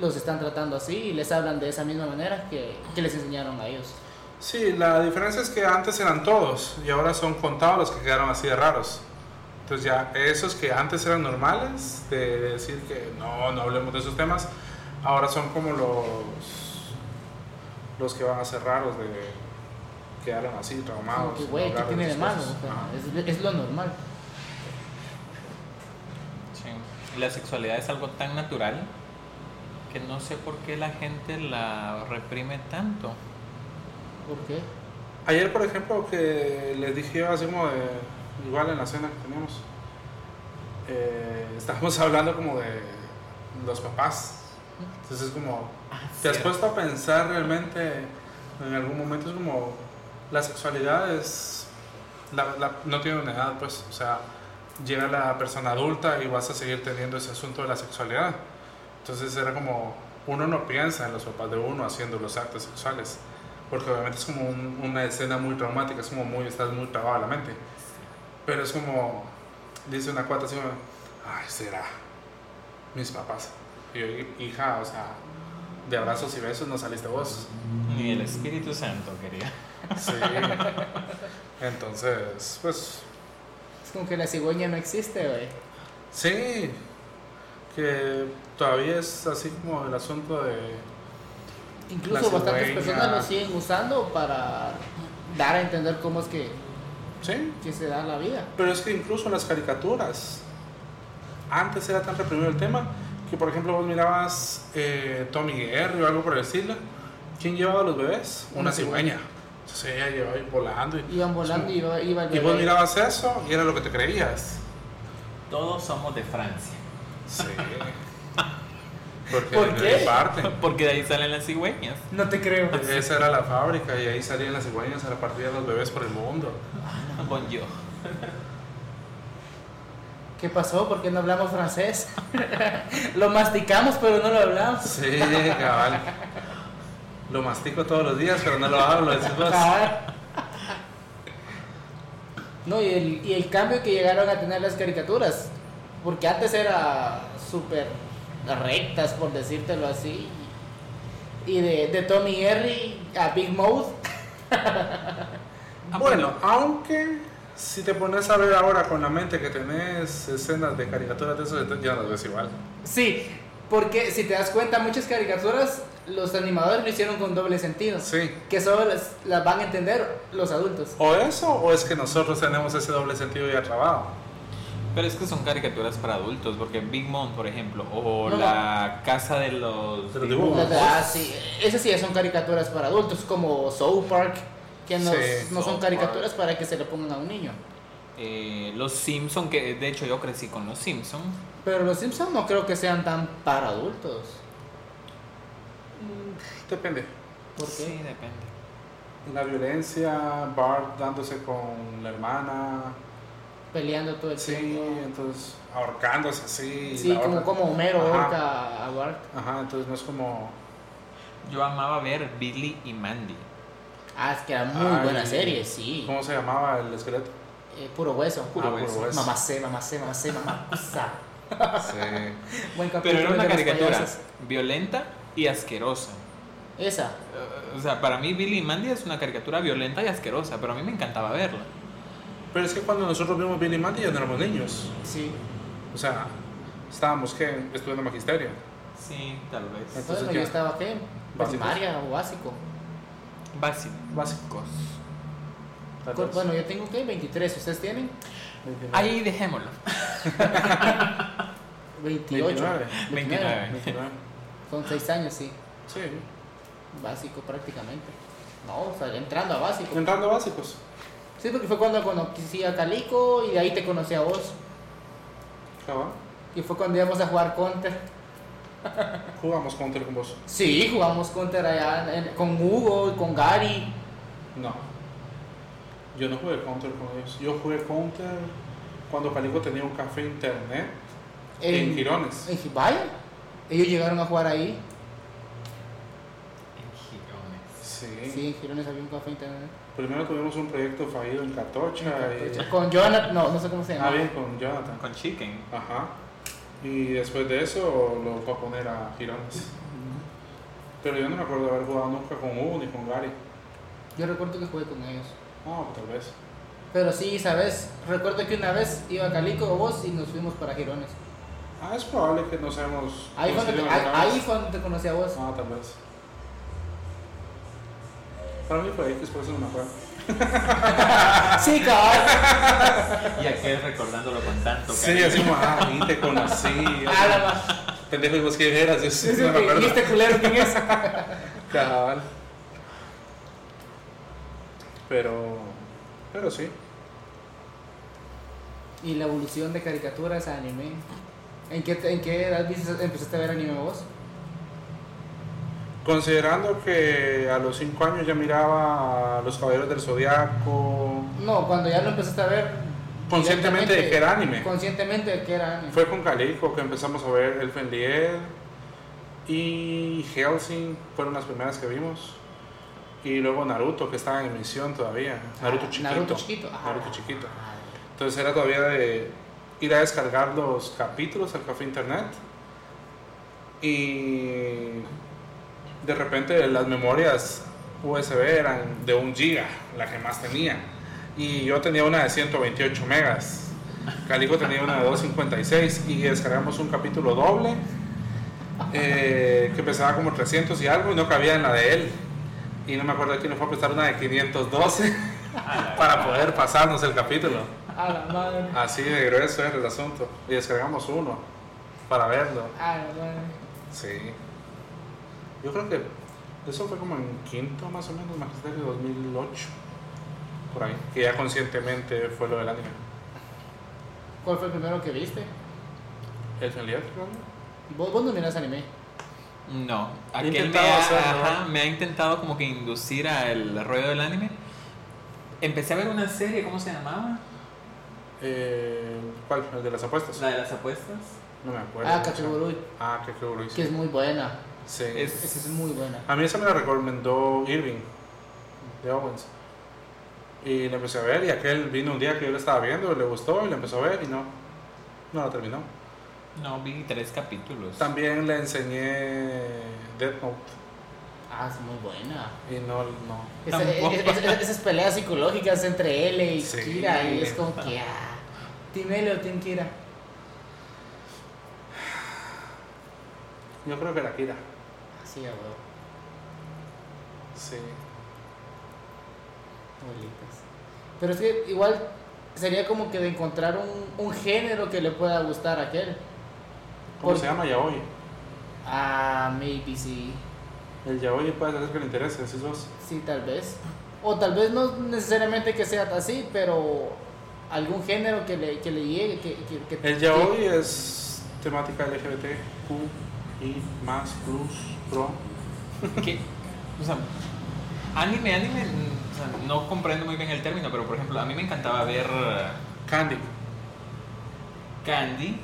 [SPEAKER 1] los están tratando así y les hablan de esa misma manera que, que les enseñaron a ellos.
[SPEAKER 2] Sí, la diferencia es que antes eran todos y ahora son contados los que quedaron así de raros. Entonces ya esos que antes eran normales, de decir que no, no hablemos de esos temas, ahora son como los los que van a ser raros de quedaron así traumados.
[SPEAKER 1] Como que, güey, ¿qué
[SPEAKER 2] Ah, pues, hablar
[SPEAKER 1] tiene de
[SPEAKER 2] esas
[SPEAKER 1] malo?
[SPEAKER 2] cosas. Ah.
[SPEAKER 1] O sea,
[SPEAKER 2] Ajá.
[SPEAKER 1] es, es lo normal.
[SPEAKER 3] Sí. La sexualidad es algo tan natural que no sé por qué la gente la reprime tanto.
[SPEAKER 1] ¿Por qué?
[SPEAKER 2] Ayer, por ejemplo, que les dije así como de, igual en la cena que teníamos, eh, estábamos hablando como de los papás. Entonces es como, ¿te has
[SPEAKER 3] cierto.
[SPEAKER 2] puesto a pensar realmente en algún momento? Es como, la sexualidad es, la- la- no tiene una edad, pues, o sea, llega la persona adulta y vas a seguir teniendo ese asunto de la sexualidad. Entonces era como, uno no piensa en los papás de uno haciendo los actos sexuales, porque obviamente es como un- una escena muy traumática, es como muy, estás muy trabado en la mente. Pero es como, dice una cuata así, como, ay, será, mis papás. Y yo, hija, o sea, de abrazos y besos no saliste vos.
[SPEAKER 3] Ni el Espíritu Santo quería.
[SPEAKER 2] Sí. Entonces, pues,
[SPEAKER 1] Es como que la cigüeña no existe, güey.
[SPEAKER 2] Sí, que todavía es así como el asunto de...
[SPEAKER 1] Incluso
[SPEAKER 2] La
[SPEAKER 1] bastantes
[SPEAKER 2] cigüeña.
[SPEAKER 1] personas lo siguen usando para dar a entender cómo es que,
[SPEAKER 2] Sí,
[SPEAKER 1] que se da la vida.
[SPEAKER 2] pero es que incluso en las caricaturas, antes era tan reprimido el tema que, por ejemplo, vos mirabas eh, Tommy Guerrero o algo por el estilo. ¿Quién llevaba a los bebés? Una
[SPEAKER 1] Una cigüeña.
[SPEAKER 2] cigüeña. Entonces ella llevaba ahí volando. Y,
[SPEAKER 1] Iban volando y iba, iba el
[SPEAKER 2] y vos
[SPEAKER 1] bebé.
[SPEAKER 2] mirabas eso y era lo que te creías.
[SPEAKER 3] Todos somos de Francia.
[SPEAKER 2] Sí. Porque
[SPEAKER 1] ¿Por
[SPEAKER 2] de
[SPEAKER 1] qué?
[SPEAKER 2] mi parte.
[SPEAKER 3] Porque de ahí salen las cigüeñas.
[SPEAKER 1] No te creo.
[SPEAKER 2] Esa era la fábrica y ahí salían las cigüeñas a la partida de los bebés por el mundo.
[SPEAKER 3] Bon yo.
[SPEAKER 1] ¿Qué pasó? ¿Por qué no hablamos francés? lo masticamos, pero no lo hablamos.
[SPEAKER 2] Sí, cabal. Lo mastico todos los días, pero no lo hablo. decís vos.
[SPEAKER 1] Cabal. No, y el, y el cambio que llegaron a tener las caricaturas. Porque antes era súper rectas, por decírtelo así. Y de, de Tommy Harry a Big Mouth. Ah,
[SPEAKER 2] Bueno, aunque si te pones a ver ahora con la mente que tenés escenas de caricaturas de eso, ya las ves igual.
[SPEAKER 1] Sí, porque si te das cuenta, muchas caricaturas los animadores lo hicieron con doble sentido.
[SPEAKER 2] Sí.
[SPEAKER 1] Que solo las, las van a entender los adultos.
[SPEAKER 2] O eso, o es que nosotros tenemos ese doble sentido ya trabado.
[SPEAKER 3] Pero es que son caricaturas para adultos, porque Big Mom, por ejemplo, o
[SPEAKER 1] No, no.
[SPEAKER 3] la casa de los...
[SPEAKER 2] De los dibujos.
[SPEAKER 3] dibujos.
[SPEAKER 1] Ah, sí. Esas sí son caricaturas para adultos, como South Park, que no,
[SPEAKER 2] Sí,
[SPEAKER 1] no son
[SPEAKER 3] South
[SPEAKER 1] caricaturas para que se le pongan a un niño.
[SPEAKER 3] Eh, los Simpson, que de hecho yo crecí con los Simpson.
[SPEAKER 1] Pero los Simpsons no creo que sean tan para adultos.
[SPEAKER 2] Mm, Depende.
[SPEAKER 1] ¿Por
[SPEAKER 3] Sí,
[SPEAKER 1] qué?
[SPEAKER 3] depende.
[SPEAKER 2] La violencia, Bart dándose con la hermana,
[SPEAKER 1] Peleando todo el
[SPEAKER 2] sí,
[SPEAKER 1] tiempo.
[SPEAKER 2] entonces ahorcándose así. y
[SPEAKER 1] Sí,
[SPEAKER 2] la
[SPEAKER 1] como,
[SPEAKER 2] otra-
[SPEAKER 1] como Homero
[SPEAKER 2] Ajá.
[SPEAKER 1] ahorca a Bart.
[SPEAKER 2] Ajá, entonces no es como.
[SPEAKER 3] Yo amaba ver Billy y Mandy.
[SPEAKER 1] Ah, es que era muy
[SPEAKER 2] Ay.
[SPEAKER 1] buena serie, sí.
[SPEAKER 2] ¿Cómo se llamaba el esqueleto?
[SPEAKER 1] Eh, puro hueso.
[SPEAKER 3] Puro
[SPEAKER 1] Ah,
[SPEAKER 3] hueso.
[SPEAKER 1] Mamá C, mamá C, mamá C, mamá cosa.
[SPEAKER 2] Sí.
[SPEAKER 1] Buen capítulo.
[SPEAKER 3] Pero era una
[SPEAKER 1] de los
[SPEAKER 3] caricatura
[SPEAKER 1] payasos.
[SPEAKER 3] violenta y asquerosa.
[SPEAKER 1] Esa.
[SPEAKER 3] Eh, O sea, para mí Billy y Mandy es una caricatura violenta y asquerosa, pero a mí me encantaba verla.
[SPEAKER 2] Pero es que cuando nosotros vimos Billy y Mandy ya no éramos niños.
[SPEAKER 1] Sí.
[SPEAKER 2] O sea, estábamos que estudiando magisterio.
[SPEAKER 3] Sí, tal vez.
[SPEAKER 2] Entonces,
[SPEAKER 1] bueno,
[SPEAKER 2] ¿qué?
[SPEAKER 1] yo estaba qué?
[SPEAKER 2] Básicos.
[SPEAKER 1] Primaria o básico.
[SPEAKER 3] Básicos.
[SPEAKER 2] Tal
[SPEAKER 1] Co-
[SPEAKER 2] vez.
[SPEAKER 1] Bueno, yo tengo qué? 23. ¿Ustedes tienen?
[SPEAKER 3] Ahí dejémoslo.
[SPEAKER 1] 28.
[SPEAKER 2] 29.
[SPEAKER 3] 29.
[SPEAKER 2] 29.
[SPEAKER 1] Son 6 años, sí.
[SPEAKER 2] Sí.
[SPEAKER 1] Básico prácticamente. No, o sea, entrando a básico.
[SPEAKER 2] Entrando básicos.
[SPEAKER 1] Sí, porque fue cuando conocí a Calico y de ahí te conocí a vos.
[SPEAKER 2] Cabal.
[SPEAKER 1] Y fue cuando íbamos a jugar Counter.
[SPEAKER 2] Jugamos Counter con vos.
[SPEAKER 1] Sí, jugamos Counter allá en- con Hugo y con Gary.
[SPEAKER 2] No. Yo no jugué Counter con ellos. Yo jugué Counter cuando Calico tenía un café internet en, Girones.
[SPEAKER 1] En Vaya. Ellos llegaron a jugar ahí.
[SPEAKER 2] Sí.
[SPEAKER 1] Sí, en Girones había un café internet.
[SPEAKER 2] Primero tuvimos un proyecto fallido en Catocha. y-
[SPEAKER 1] Con Jonathan, no, no sé cómo se llama.
[SPEAKER 2] Ah, bien, con Jonathan.
[SPEAKER 3] Con Chicken.
[SPEAKER 2] Ajá. Y después de eso lo fue a poner a Girones. Pero yo no me acuerdo de haber jugado nunca con Hugo ni con Gary.
[SPEAKER 1] Yo recuerdo que jugué con ellos.
[SPEAKER 2] No, tal vez.
[SPEAKER 1] Pero sí, sabes, recuerdo que una vez iba Calico o vos y nos fuimos para Girones.
[SPEAKER 2] Ah, es probable que nos hayamos.
[SPEAKER 1] Ahí fue, donde,
[SPEAKER 2] coincidido
[SPEAKER 1] ahí-
[SPEAKER 2] alguna vez.
[SPEAKER 1] ahí fue donde te conocí a vos.
[SPEAKER 2] Ah, tal vez. Para mí fue X, por eso no me acuerdo. Ah.
[SPEAKER 1] Sí, cabrón.
[SPEAKER 3] Y aquí recordándolo con tanto
[SPEAKER 2] Sí, así como, ah, ahí te conocí.
[SPEAKER 1] Ah, la ma-
[SPEAKER 2] Pendejo, ¿y vos quién eras? Yo sí,
[SPEAKER 1] Ese
[SPEAKER 2] no me
[SPEAKER 1] que- ¿Y
[SPEAKER 2] acuerdo.
[SPEAKER 1] este culero quién es?
[SPEAKER 2] Cabal. Pero. Pero sí.
[SPEAKER 1] Y la evolución de caricaturas a anime. ¿En qué, en qué edad viste- empezaste a ver anime vos?
[SPEAKER 2] Considerando que a los 5 años ya miraba a los Caballeros del Zodiaco,
[SPEAKER 1] No, cuando ya lo empezaste a ver.
[SPEAKER 2] conscientemente de que era anime.
[SPEAKER 1] Conscientemente de que era anime.
[SPEAKER 2] Fue con Calico que empezamos a ver El Fenliel y Helsing, fueron las primeras que vimos. Y luego Naruto, que estaba en emisión todavía. Naruto
[SPEAKER 1] Ah,
[SPEAKER 2] chiquito.
[SPEAKER 1] Naruto chiquito. ah.
[SPEAKER 2] Naruto chiquito. Entonces era todavía de ir a descargar los capítulos al café internet. Y de repente las memorias USB eran de un giga, la que más tenía. Y yo tenía una de 128 megas. Calico tenía una de 256 y descargamos un capítulo doble eh, que pesaba como 300 y algo y no cabía en la de él. Y no me acuerdo quién nos fue a prestar una de 512 para poder pasarnos el capítulo.
[SPEAKER 1] A la madre.
[SPEAKER 2] Así de grueso era el asunto. Y descargamos uno para verlo.
[SPEAKER 1] A la madre.
[SPEAKER 2] Sí. Yo creo que eso fue como en quinto más o menos, magisterio 2008. Por ahí. Que ya conscientemente fue lo del anime.
[SPEAKER 1] ¿Cuál fue el primero que viste?
[SPEAKER 2] ¿El Fenlier?
[SPEAKER 1] Vos, vos no miras anime.
[SPEAKER 3] No,
[SPEAKER 2] He
[SPEAKER 3] aquel me
[SPEAKER 2] intentado
[SPEAKER 3] ha,
[SPEAKER 2] hacerlo,
[SPEAKER 3] ajá,
[SPEAKER 2] ¿no?
[SPEAKER 3] me ha intentado como que inducir al rollo del anime. Empecé a ver una serie, ¿cómo se llamaba?
[SPEAKER 2] Eh, ¿Cuál? ¿El de las apuestas?
[SPEAKER 3] La de las apuestas.
[SPEAKER 2] No me acuerdo.
[SPEAKER 1] Ah, Kakegurui,
[SPEAKER 2] Ah, Kakegurui,
[SPEAKER 1] que
[SPEAKER 2] sí.
[SPEAKER 1] es muy buena.
[SPEAKER 2] Sí.
[SPEAKER 3] Es-
[SPEAKER 1] Esa es muy buena.
[SPEAKER 2] A mí esa me la recomendó Irving de Owens. Y la empecé a ver y aquel vino un día que yo la estaba viendo, le gustó y la empezó a ver y no, no la terminó.
[SPEAKER 3] No, vi tres capítulos.
[SPEAKER 2] También le enseñé Death Note
[SPEAKER 1] Ah, es muy buena.
[SPEAKER 2] y no, no.
[SPEAKER 1] Esa-
[SPEAKER 3] Tampoco.
[SPEAKER 1] es- es- esas peleas psicológicas entre L y
[SPEAKER 2] Sí.
[SPEAKER 1] Kira, y es como que, ah, Team L o Team Kira.
[SPEAKER 2] Yo creo que la quita.
[SPEAKER 1] Así, a huevo,
[SPEAKER 2] Sí.
[SPEAKER 1] bolitas. Pero es que igual sería como que de encontrar un, un género que le pueda gustar a aquel.
[SPEAKER 2] ¿Cómo
[SPEAKER 1] Por-
[SPEAKER 2] se llama yaoi?
[SPEAKER 1] Ah, maybe sí.
[SPEAKER 2] El yaoi puede hacer que le interese, esos dos.
[SPEAKER 1] Sí, tal vez. O tal vez no necesariamente que sea así, pero algún género que le, que le llegue. Que, que, que-
[SPEAKER 2] El yaoi es temática LGBT, Q, I, más, plus, pro.
[SPEAKER 3] ¿Qué? O sea, anime, anime, mm, o sea, no comprendo muy bien el término, pero por ejemplo, a mí me encantaba ver eh,
[SPEAKER 2] Candy.
[SPEAKER 3] Candy,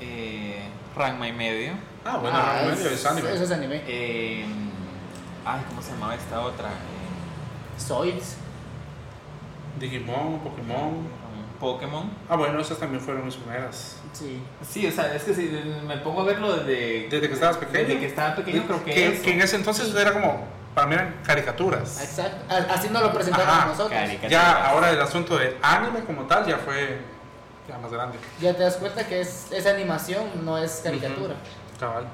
[SPEAKER 3] eh, Ranma y medio,
[SPEAKER 2] Ah, bueno,
[SPEAKER 1] Ah,
[SPEAKER 2] realmente es, anime.
[SPEAKER 1] Eso es anime.
[SPEAKER 3] eh, ay, ¿cómo se llamaba esta otra? Eh,
[SPEAKER 1] Soils.
[SPEAKER 2] Digimon, Pokémon.
[SPEAKER 3] Pokémon.
[SPEAKER 2] Ah, bueno, esas también fueron mis primeras.
[SPEAKER 1] Sí.
[SPEAKER 3] Sí, o sea, es que si me pongo a verlo desde...
[SPEAKER 2] Desde que estabas pequeño.
[SPEAKER 3] Desde que estaba pequeño creo que,
[SPEAKER 2] que,
[SPEAKER 3] eso.
[SPEAKER 2] que en ese entonces era como, para mí eran caricaturas.
[SPEAKER 1] Exacto. A- Así nos lo presentaron
[SPEAKER 2] Ajá,
[SPEAKER 1] a nosotros.
[SPEAKER 3] caricatura.
[SPEAKER 2] Ya, ahora el asunto de anime como tal ya fue ya más grande.
[SPEAKER 1] Ya te das cuenta que es, es animación, no es caricatura.
[SPEAKER 2] Cabal.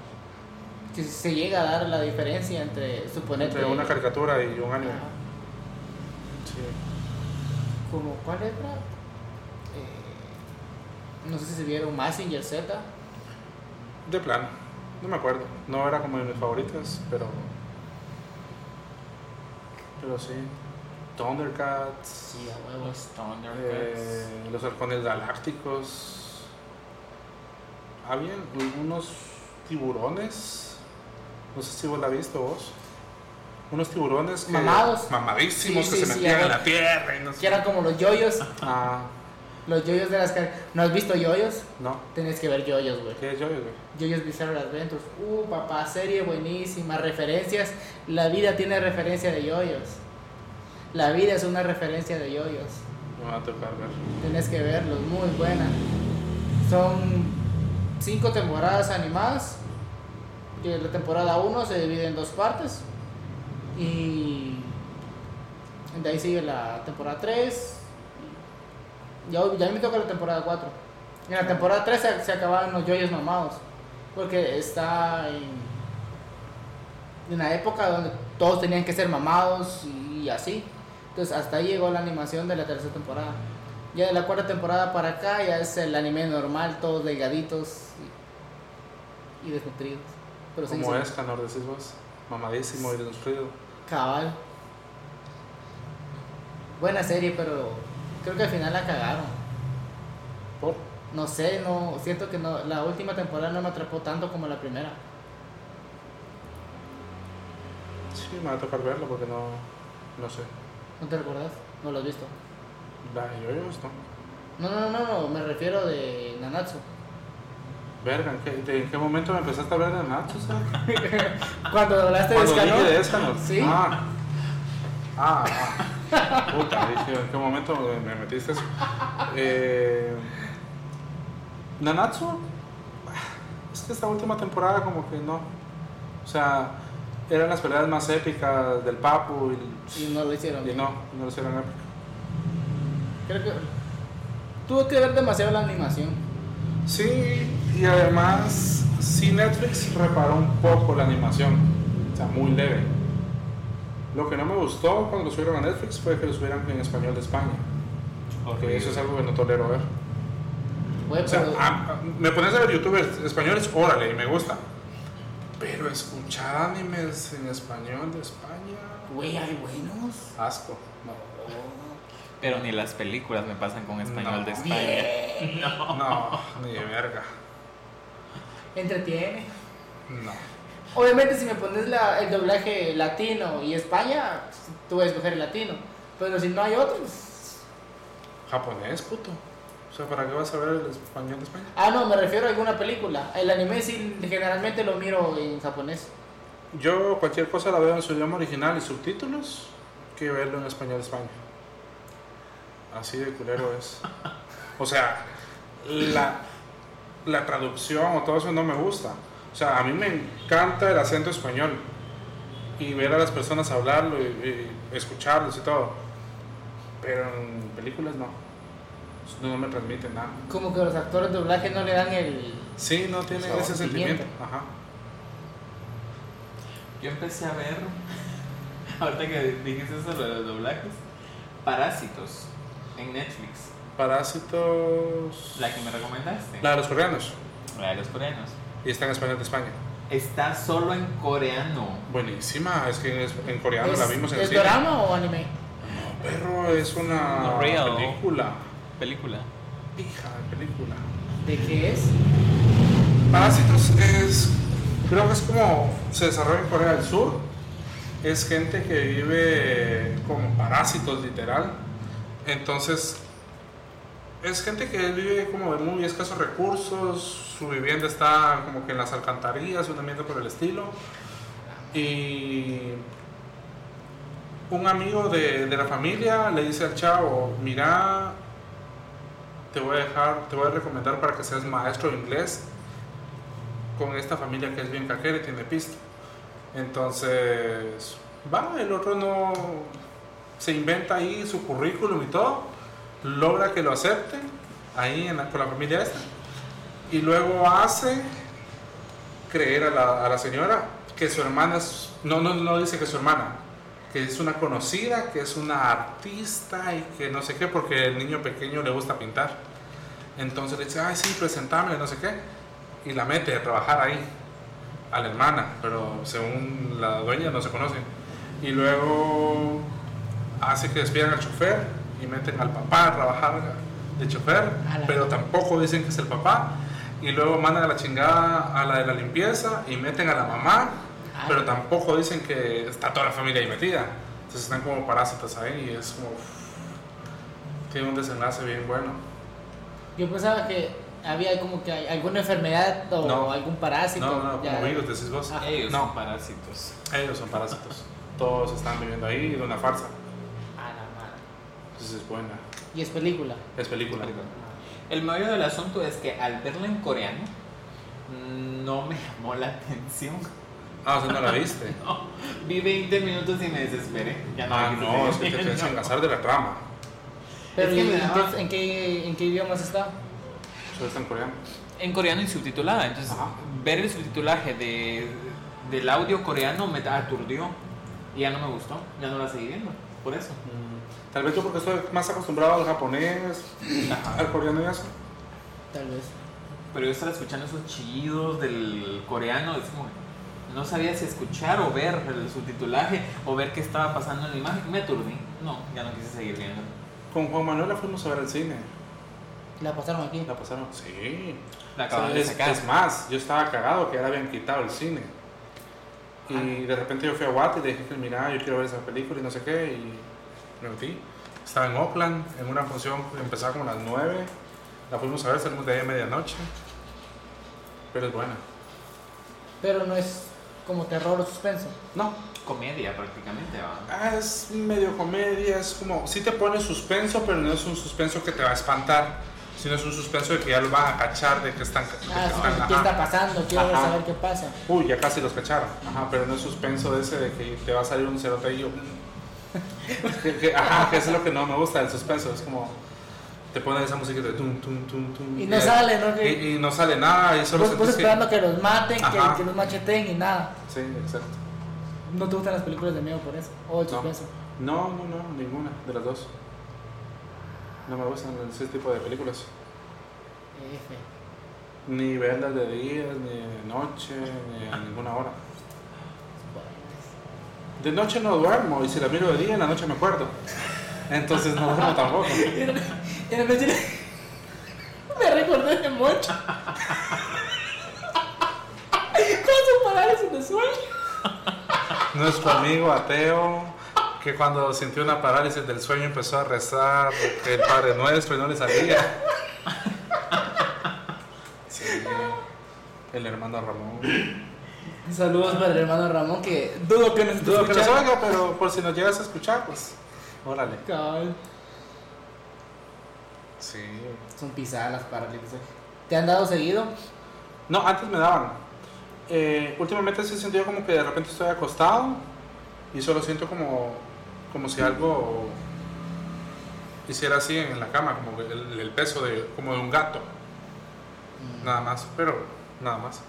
[SPEAKER 1] Que se llega a dar la diferencia entre, suponete.
[SPEAKER 2] Entre una caricatura y un anime.
[SPEAKER 1] Ajá.
[SPEAKER 2] Sí.
[SPEAKER 1] como cuál otra Eh, no sé si se vieron Massinger Z
[SPEAKER 2] De plano. No me acuerdo. No era como de mis favoritas, pero. Pero sí. Thundercats.
[SPEAKER 1] sí a huevos
[SPEAKER 3] Los Thundercats.
[SPEAKER 2] eh, los halcones galácticos. Habían unos tiburones. No sé si vos la viste vos. Unos tiburones que-
[SPEAKER 1] Mamados.
[SPEAKER 2] mamadísimos
[SPEAKER 1] Sí,
[SPEAKER 2] que
[SPEAKER 1] sí,
[SPEAKER 2] se
[SPEAKER 1] sí,
[SPEAKER 2] metían
[SPEAKER 1] ajá.
[SPEAKER 2] en la tierra y no sé.
[SPEAKER 1] que eran como los yoyos
[SPEAKER 2] Ah,
[SPEAKER 1] los yoyos de las car- no has visto yoyos
[SPEAKER 2] no.
[SPEAKER 1] tenés que ver yoyos güey
[SPEAKER 2] ¿Qué es yo, güey?
[SPEAKER 1] yoyos bizarre adventures uh papá serie buenísima referencias la vida tiene referencia de yoyos la vida es una referencia de yoyos
[SPEAKER 2] Me va a tocar ver.
[SPEAKER 1] tenés que verlos muy buena son cinco temporadas animadas que la temporada 1 se divide en dos partes y de ahí sigue la temporada 3 ya, ya me toca la temporada 4 en la temporada 3 se, se acababan los yoyos mamados porque está en, en una época donde todos tenían que ser mamados y, así entonces hasta ahí llegó la animación de la tercera temporada ya de la cuarta temporada para acá ya es el anime normal todos delgaditos y, y desnutridos pero sí,
[SPEAKER 2] ¿Cómo
[SPEAKER 1] sí.
[SPEAKER 2] es, Canor, decís vos? Mamadísimo y desnutrido.
[SPEAKER 1] Cabal. Buena serie, pero creo que al final la cagaron.
[SPEAKER 2] ¿Por?
[SPEAKER 1] No sé, no siento que no, la última temporada no me atrapó tanto como la primera.
[SPEAKER 2] Sí, me va a tocar verlo porque no. No sé.
[SPEAKER 1] ¿No te recordás? No lo has visto.
[SPEAKER 2] La de yoyos, ¿no?
[SPEAKER 1] No, no, no, no, me refiero de Nanatsu.
[SPEAKER 2] Verga, ¿en qué, de- en qué momento me empezaste a ver de Nacho?
[SPEAKER 1] Cuando hablaste de
[SPEAKER 2] Cuando
[SPEAKER 1] Escanor.
[SPEAKER 2] dije de Escanor.
[SPEAKER 1] Sí.
[SPEAKER 2] Ah. Ah, ah. Puta, dije, ¿en qué momento me- me metiste eso? Eh, Nanatsu, es que esta última temporada como que no. O sea, eran las peleas más épicas del Papu y,
[SPEAKER 1] Y no lo hicieron.
[SPEAKER 2] y
[SPEAKER 1] bien.
[SPEAKER 2] no, no lo hicieron épico.
[SPEAKER 1] Creo que tuvo que ver demasiado la animación.
[SPEAKER 2] Sí, y además, sí Netflix reparó un poco la animación, o sea, muy leve. Lo que no me gustó cuando lo subieron a Netflix fue que lo subieran en español de España, porque
[SPEAKER 3] Horrible.
[SPEAKER 2] eso es algo que no tolero ver.
[SPEAKER 1] Güey,
[SPEAKER 2] O sea, ah.
[SPEAKER 1] pero
[SPEAKER 2] a- a- me pones a ver youtubers españoles, órale, me gusta. Pero escuchar animes en español de España,
[SPEAKER 1] güey, hay buenos.
[SPEAKER 2] asco.
[SPEAKER 3] Pero ni las películas me pasan con español
[SPEAKER 2] No.
[SPEAKER 3] de España.
[SPEAKER 2] No, no, ni de verga.
[SPEAKER 1] Entretiene.
[SPEAKER 2] No.
[SPEAKER 1] Obviamente si me pones la- el doblaje latino y España, tú vas a escoger el latino. Pero si no hay otro, pues-
[SPEAKER 2] Japonés, puto. O sea, ¿para qué vas a ver el español de España?
[SPEAKER 1] Ah, no, me refiero a alguna película. El anime sí, generalmente lo miro en japonés.
[SPEAKER 2] Yo cualquier cosa la veo en su idioma original y subtítulos que verlo en español de España. Así de culero es. O sea, la, la traducción o todo eso no me gusta. O sea, a mí me encanta el acento español y ver a las personas hablarlo y, y escucharlos y todo. Pero en películas no. No, no me transmite nada.
[SPEAKER 1] Como que los actores de doblaje no le dan el...
[SPEAKER 2] Sí, no tiene
[SPEAKER 1] Sabor.
[SPEAKER 2] ese sentimiento.
[SPEAKER 1] Pimienta.
[SPEAKER 2] Ajá.
[SPEAKER 3] Yo empecé a ver, ahorita que dijiste eso lo de los doblajes, Parásitos en Netflix.
[SPEAKER 2] Parásitos.
[SPEAKER 3] La que me recomendaste.
[SPEAKER 2] La de los coreanos.
[SPEAKER 3] La de los coreanos.
[SPEAKER 2] Y está en español de España.
[SPEAKER 3] Está solo en coreano.
[SPEAKER 2] Buenísima, es que en, es- en coreano
[SPEAKER 1] ¿Es,
[SPEAKER 2] la vimos en
[SPEAKER 1] ¿es
[SPEAKER 2] cine.
[SPEAKER 1] drama o anime?
[SPEAKER 2] Perro, es una
[SPEAKER 3] No, real.
[SPEAKER 2] película.
[SPEAKER 3] Película.
[SPEAKER 2] Hija de película.
[SPEAKER 1] ¿De qué es?
[SPEAKER 2] Parásitos es, creo que es como se desarrolla en Corea del Sur. Es gente que vive como parásitos, literal. Entonces, es gente que vive como de muy escasos recursos. Su vivienda está como que en las alcantarillas, un ambiente por el estilo. Y un amigo de, de la familia le dice al chavo, mira, te voy a dejar, te voy a recomendar para que seas maestro de inglés con esta familia que es bien cajera y tiene pista. Entonces, va, el otro no se inventa ahí su currículum y todo, logra que lo acepten ahí en la- con la familia esta, y luego hace creer a la, a la señora que su hermana es, no, no, no dice que es su hermana, que es una conocida, que es una artista y que no sé qué, porque el niño pequeño le gusta pintar. Entonces le dice, ay, sí, presentame, no sé qué y la mete a trabajar ahí a la hermana, pero según la dueña no se conocen. Y luego hace que despidan al chofer y meten al papá a trabajar de chofer,
[SPEAKER 1] A la
[SPEAKER 2] pero tampoco dicen que es el papá. Y luego mandan a la chingada a la de la limpieza y meten a la mamá,
[SPEAKER 1] Ah.
[SPEAKER 2] pero tampoco dicen que está toda la familia ahí metida. Entonces están como parásitas ahí y es como... uff, Tiene un desenlace bien bueno.
[SPEAKER 1] Yo pensaba que había como que hay alguna enfermedad o
[SPEAKER 2] No.
[SPEAKER 1] algún parásito.
[SPEAKER 2] No, no,
[SPEAKER 1] ya.
[SPEAKER 2] como virus, decís vos.
[SPEAKER 1] Ah.
[SPEAKER 3] Ellos
[SPEAKER 2] No.
[SPEAKER 3] son parásitos.
[SPEAKER 2] Ellos son parásitos. Todos están viviendo ahí de una farsa.
[SPEAKER 1] A Ah, la madre.
[SPEAKER 2] Entonces es buena.
[SPEAKER 1] Y es película.
[SPEAKER 2] Es película.
[SPEAKER 3] El mayor del asunto es que al verla en coreano, no me llamó la atención.
[SPEAKER 2] Ah, o sea, no la viste.
[SPEAKER 3] Vi 20 minutos y me desesperé. Ya no,
[SPEAKER 2] Ah,
[SPEAKER 3] me quise
[SPEAKER 2] no, es que
[SPEAKER 3] seguir
[SPEAKER 2] te
[SPEAKER 3] viendo.
[SPEAKER 2] tienes que engasar de la trama.
[SPEAKER 1] Pero
[SPEAKER 3] Es que
[SPEAKER 1] ¿y
[SPEAKER 3] me
[SPEAKER 1] en,
[SPEAKER 3] daba-
[SPEAKER 1] qué, en, qué, en qué idiomas está?
[SPEAKER 2] Solo está en coreano.
[SPEAKER 3] en coreano y subtitulada. Entonces,
[SPEAKER 2] Ajá.
[SPEAKER 3] ver el subtitulaje de, del audio coreano me aturdió. Y ya no me gustó. Ya no la seguí viendo. Por eso.
[SPEAKER 2] Tal vez yo porque estoy más acostumbrado al japonés, al coreano y eso.
[SPEAKER 1] Tal vez.
[SPEAKER 3] Pero yo estaba escuchando esos chillidos del coreano, es como, no sabía si escuchar o ver el subtitulaje o ver qué estaba pasando en la imagen. Me aturdí. No, ya no quise seguir viendo.
[SPEAKER 2] Con Juan Manuel la fuimos a ver al cine.
[SPEAKER 1] La pasaron aquí.
[SPEAKER 2] ¿La pasaron? Sí.
[SPEAKER 3] La acaban de
[SPEAKER 2] Ah, es,
[SPEAKER 3] sacar.
[SPEAKER 2] es más, yo estaba cagado que ya le habían quitado el cine.
[SPEAKER 3] Ah.
[SPEAKER 2] Y de repente yo fui a Guate y le dije que mira, yo quiero ver esa película y no sé qué. Y me metí. Estaba en Oakland, en una función que empezaba como a las 9. La fuimos a ver, salimos de ahí a medianoche. Pero es buena.
[SPEAKER 1] Pero no es como terror o suspenso.
[SPEAKER 2] No,
[SPEAKER 3] Comedia prácticamente, ¿va?
[SPEAKER 2] Ah, es medio comedia, es como, sí te pone suspenso, pero no es un suspenso que te va a espantar, sino es un suspenso de que ya lo van a cachar, de que están... de que
[SPEAKER 1] Ah, sí,
[SPEAKER 2] están-
[SPEAKER 1] ¿qué
[SPEAKER 2] ajá.
[SPEAKER 1] está pasando? Quiero
[SPEAKER 2] Ajá.
[SPEAKER 1] saber qué pasa.
[SPEAKER 2] Uy, ya casi los cacharon. Ajá, pero no es suspenso de ese de que te va a salir un cerote ahí. o- que, que- ajá, que eso es lo que no me gusta del suspenso, es como... Te ponen esa música de tum, tum, tum, tum.
[SPEAKER 1] Y no sale, ¿no? Que-
[SPEAKER 2] Eh, Y, y no sale nada, y solo
[SPEAKER 1] Vos, vos
[SPEAKER 2] sentís que-
[SPEAKER 1] esperando que los maten,
[SPEAKER 2] Ajá.
[SPEAKER 1] que, que los macheten y nada.
[SPEAKER 2] Sí, exacto.
[SPEAKER 1] No te gustan las películas de miedo por eso. O el
[SPEAKER 2] No.
[SPEAKER 1] suspenso.
[SPEAKER 2] No, no, no, ninguna de las dos. No me gustan ese tipo de películas.
[SPEAKER 1] F.
[SPEAKER 2] Ni verlas de día, ni de noche, ni a ninguna hora. De noche no duermo y si la miro de día, en la noche me acuerdo. Entonces no duermo tampoco.
[SPEAKER 1] Y en la noche me recordé de Moncho. Con su parálisis de sueño.
[SPEAKER 2] Nuestro amigo ateo, que cuando sintió una parálisis del sueño empezó a rezar el Padre Nuestro y no le salía. Sí, el hermano Ramón.
[SPEAKER 1] Saludos para el hermano Ramón que dudo que nos esté
[SPEAKER 2] Dudo que nos
[SPEAKER 1] escuchando.
[SPEAKER 2] oiga, pero por si nos llegas a escuchar, pues, órale.
[SPEAKER 1] Cabal.
[SPEAKER 2] Sí.
[SPEAKER 1] Son pisadas las parálisis. ¿Te han dado seguido?
[SPEAKER 2] No, antes me daban. Eh, últimamente sí he sentido como que de repente estoy acostado y solo siento como, como si algo hiciera así en la cama, como que el, el peso de, como de un gato. Nada más, pero nada más.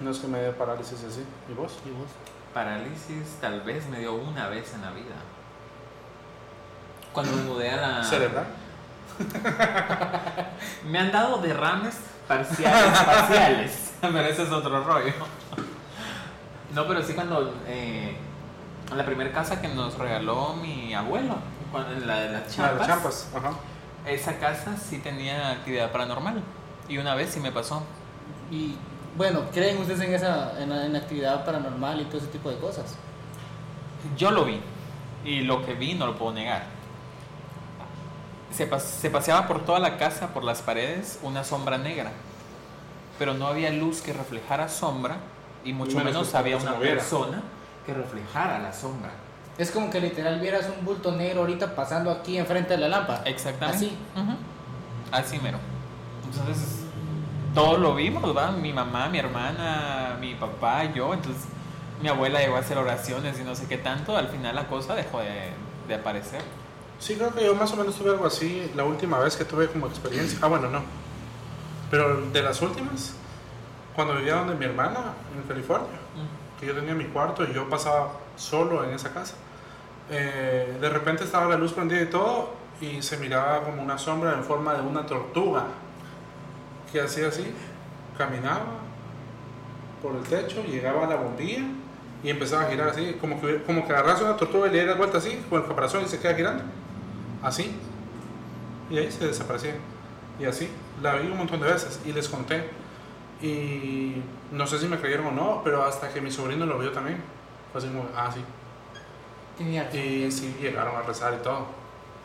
[SPEAKER 2] No es que me dé parálisis así. ¿Y vos?
[SPEAKER 1] ¿Y vos?
[SPEAKER 3] Parálisis tal vez me dio una vez en la vida. cuando me mudé a la...
[SPEAKER 2] Cerebral. Ah,
[SPEAKER 3] Me han dado derrames parciales, parciales. Pero ese es otro rollo. No, pero sí cuando... eh, la primera casa que nos regaló mi abuelo, cuando, en la de las
[SPEAKER 2] Ah, las
[SPEAKER 3] champas,
[SPEAKER 2] champas. Ajá.
[SPEAKER 3] esa casa sí tenía actividad paranormal. Y una vez sí me pasó.
[SPEAKER 1] Y bueno, ¿creen ustedes en esa en, en actividad paranormal y todo ese tipo de cosas?
[SPEAKER 3] Yo lo vi. Y lo que vi no lo puedo negar. Se, pas- se paseaba por toda la casa, por las paredes, una sombra negra. Pero no había luz que reflejara sombra. Y mucho
[SPEAKER 2] Menos
[SPEAKER 3] menos,
[SPEAKER 2] que
[SPEAKER 3] había
[SPEAKER 2] se
[SPEAKER 3] una
[SPEAKER 2] moviera.
[SPEAKER 3] persona que reflejara la sombra.
[SPEAKER 1] Es como que literal vieras un bulto negro ahorita pasando aquí enfrente de la lámpara.
[SPEAKER 3] Exactamente.
[SPEAKER 1] Así.
[SPEAKER 3] Ujú. Así mero. Entonces, todos lo vimos, ¿va? Mi mamá, mi hermana, mi papá, yo. Entonces, mi abuela llegó a hacer oraciones y no sé qué tanto. Al final la cosa dejó de, de aparecer.
[SPEAKER 2] Sí, creo que yo más o menos tuve algo así la última vez que tuve como experiencia. Ah, bueno, no. Pero de las últimas, cuando vivía donde mi hermana, en California, que yo tenía mi cuarto y yo pasaba solo en esa casa, eh, de repente estaba la luz prendida y todo, y se miraba como una sombra en forma de una tortuga, que hacía así, caminaba por el techo, llegaba a la bombilla y empezaba a girar así, como que, como que agarras una tortuga y le das vuelta así, con el caparazón y se queda girando así. Y ahí se desaparecía. Y así. La vi un montón de veces y les conté. Y no sé si me creyeron o no, pero hasta que mi sobrino lo vio también. Fue así como, ah, sí.
[SPEAKER 1] Qué mierda.
[SPEAKER 2] Y sí llegaron a rezar y todo.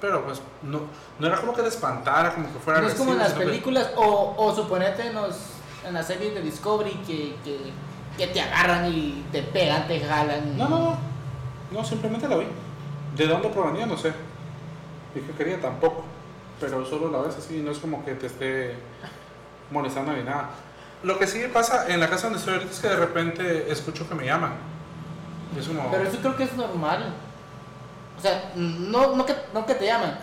[SPEAKER 2] Pero pues no, no era como que te espantara, como que fuera
[SPEAKER 1] No es como en las
[SPEAKER 2] agresivo, sino que-
[SPEAKER 1] películas o, o suponete en, los, en las series de Discovery que, que, que te agarran y te pegan, te jalan.
[SPEAKER 2] No, no, no. No, simplemente la vi. ¿De dónde provenía? No sé. Y que quería tampoco. Pero solo la ves así, no es como que te esté molestando ni nada. Lo que sí pasa en la casa donde estoy ahorita es que de repente escucho que me llaman. Y es como.
[SPEAKER 1] Pero eso creo que es normal. O sea, no, no, que, no que te llaman,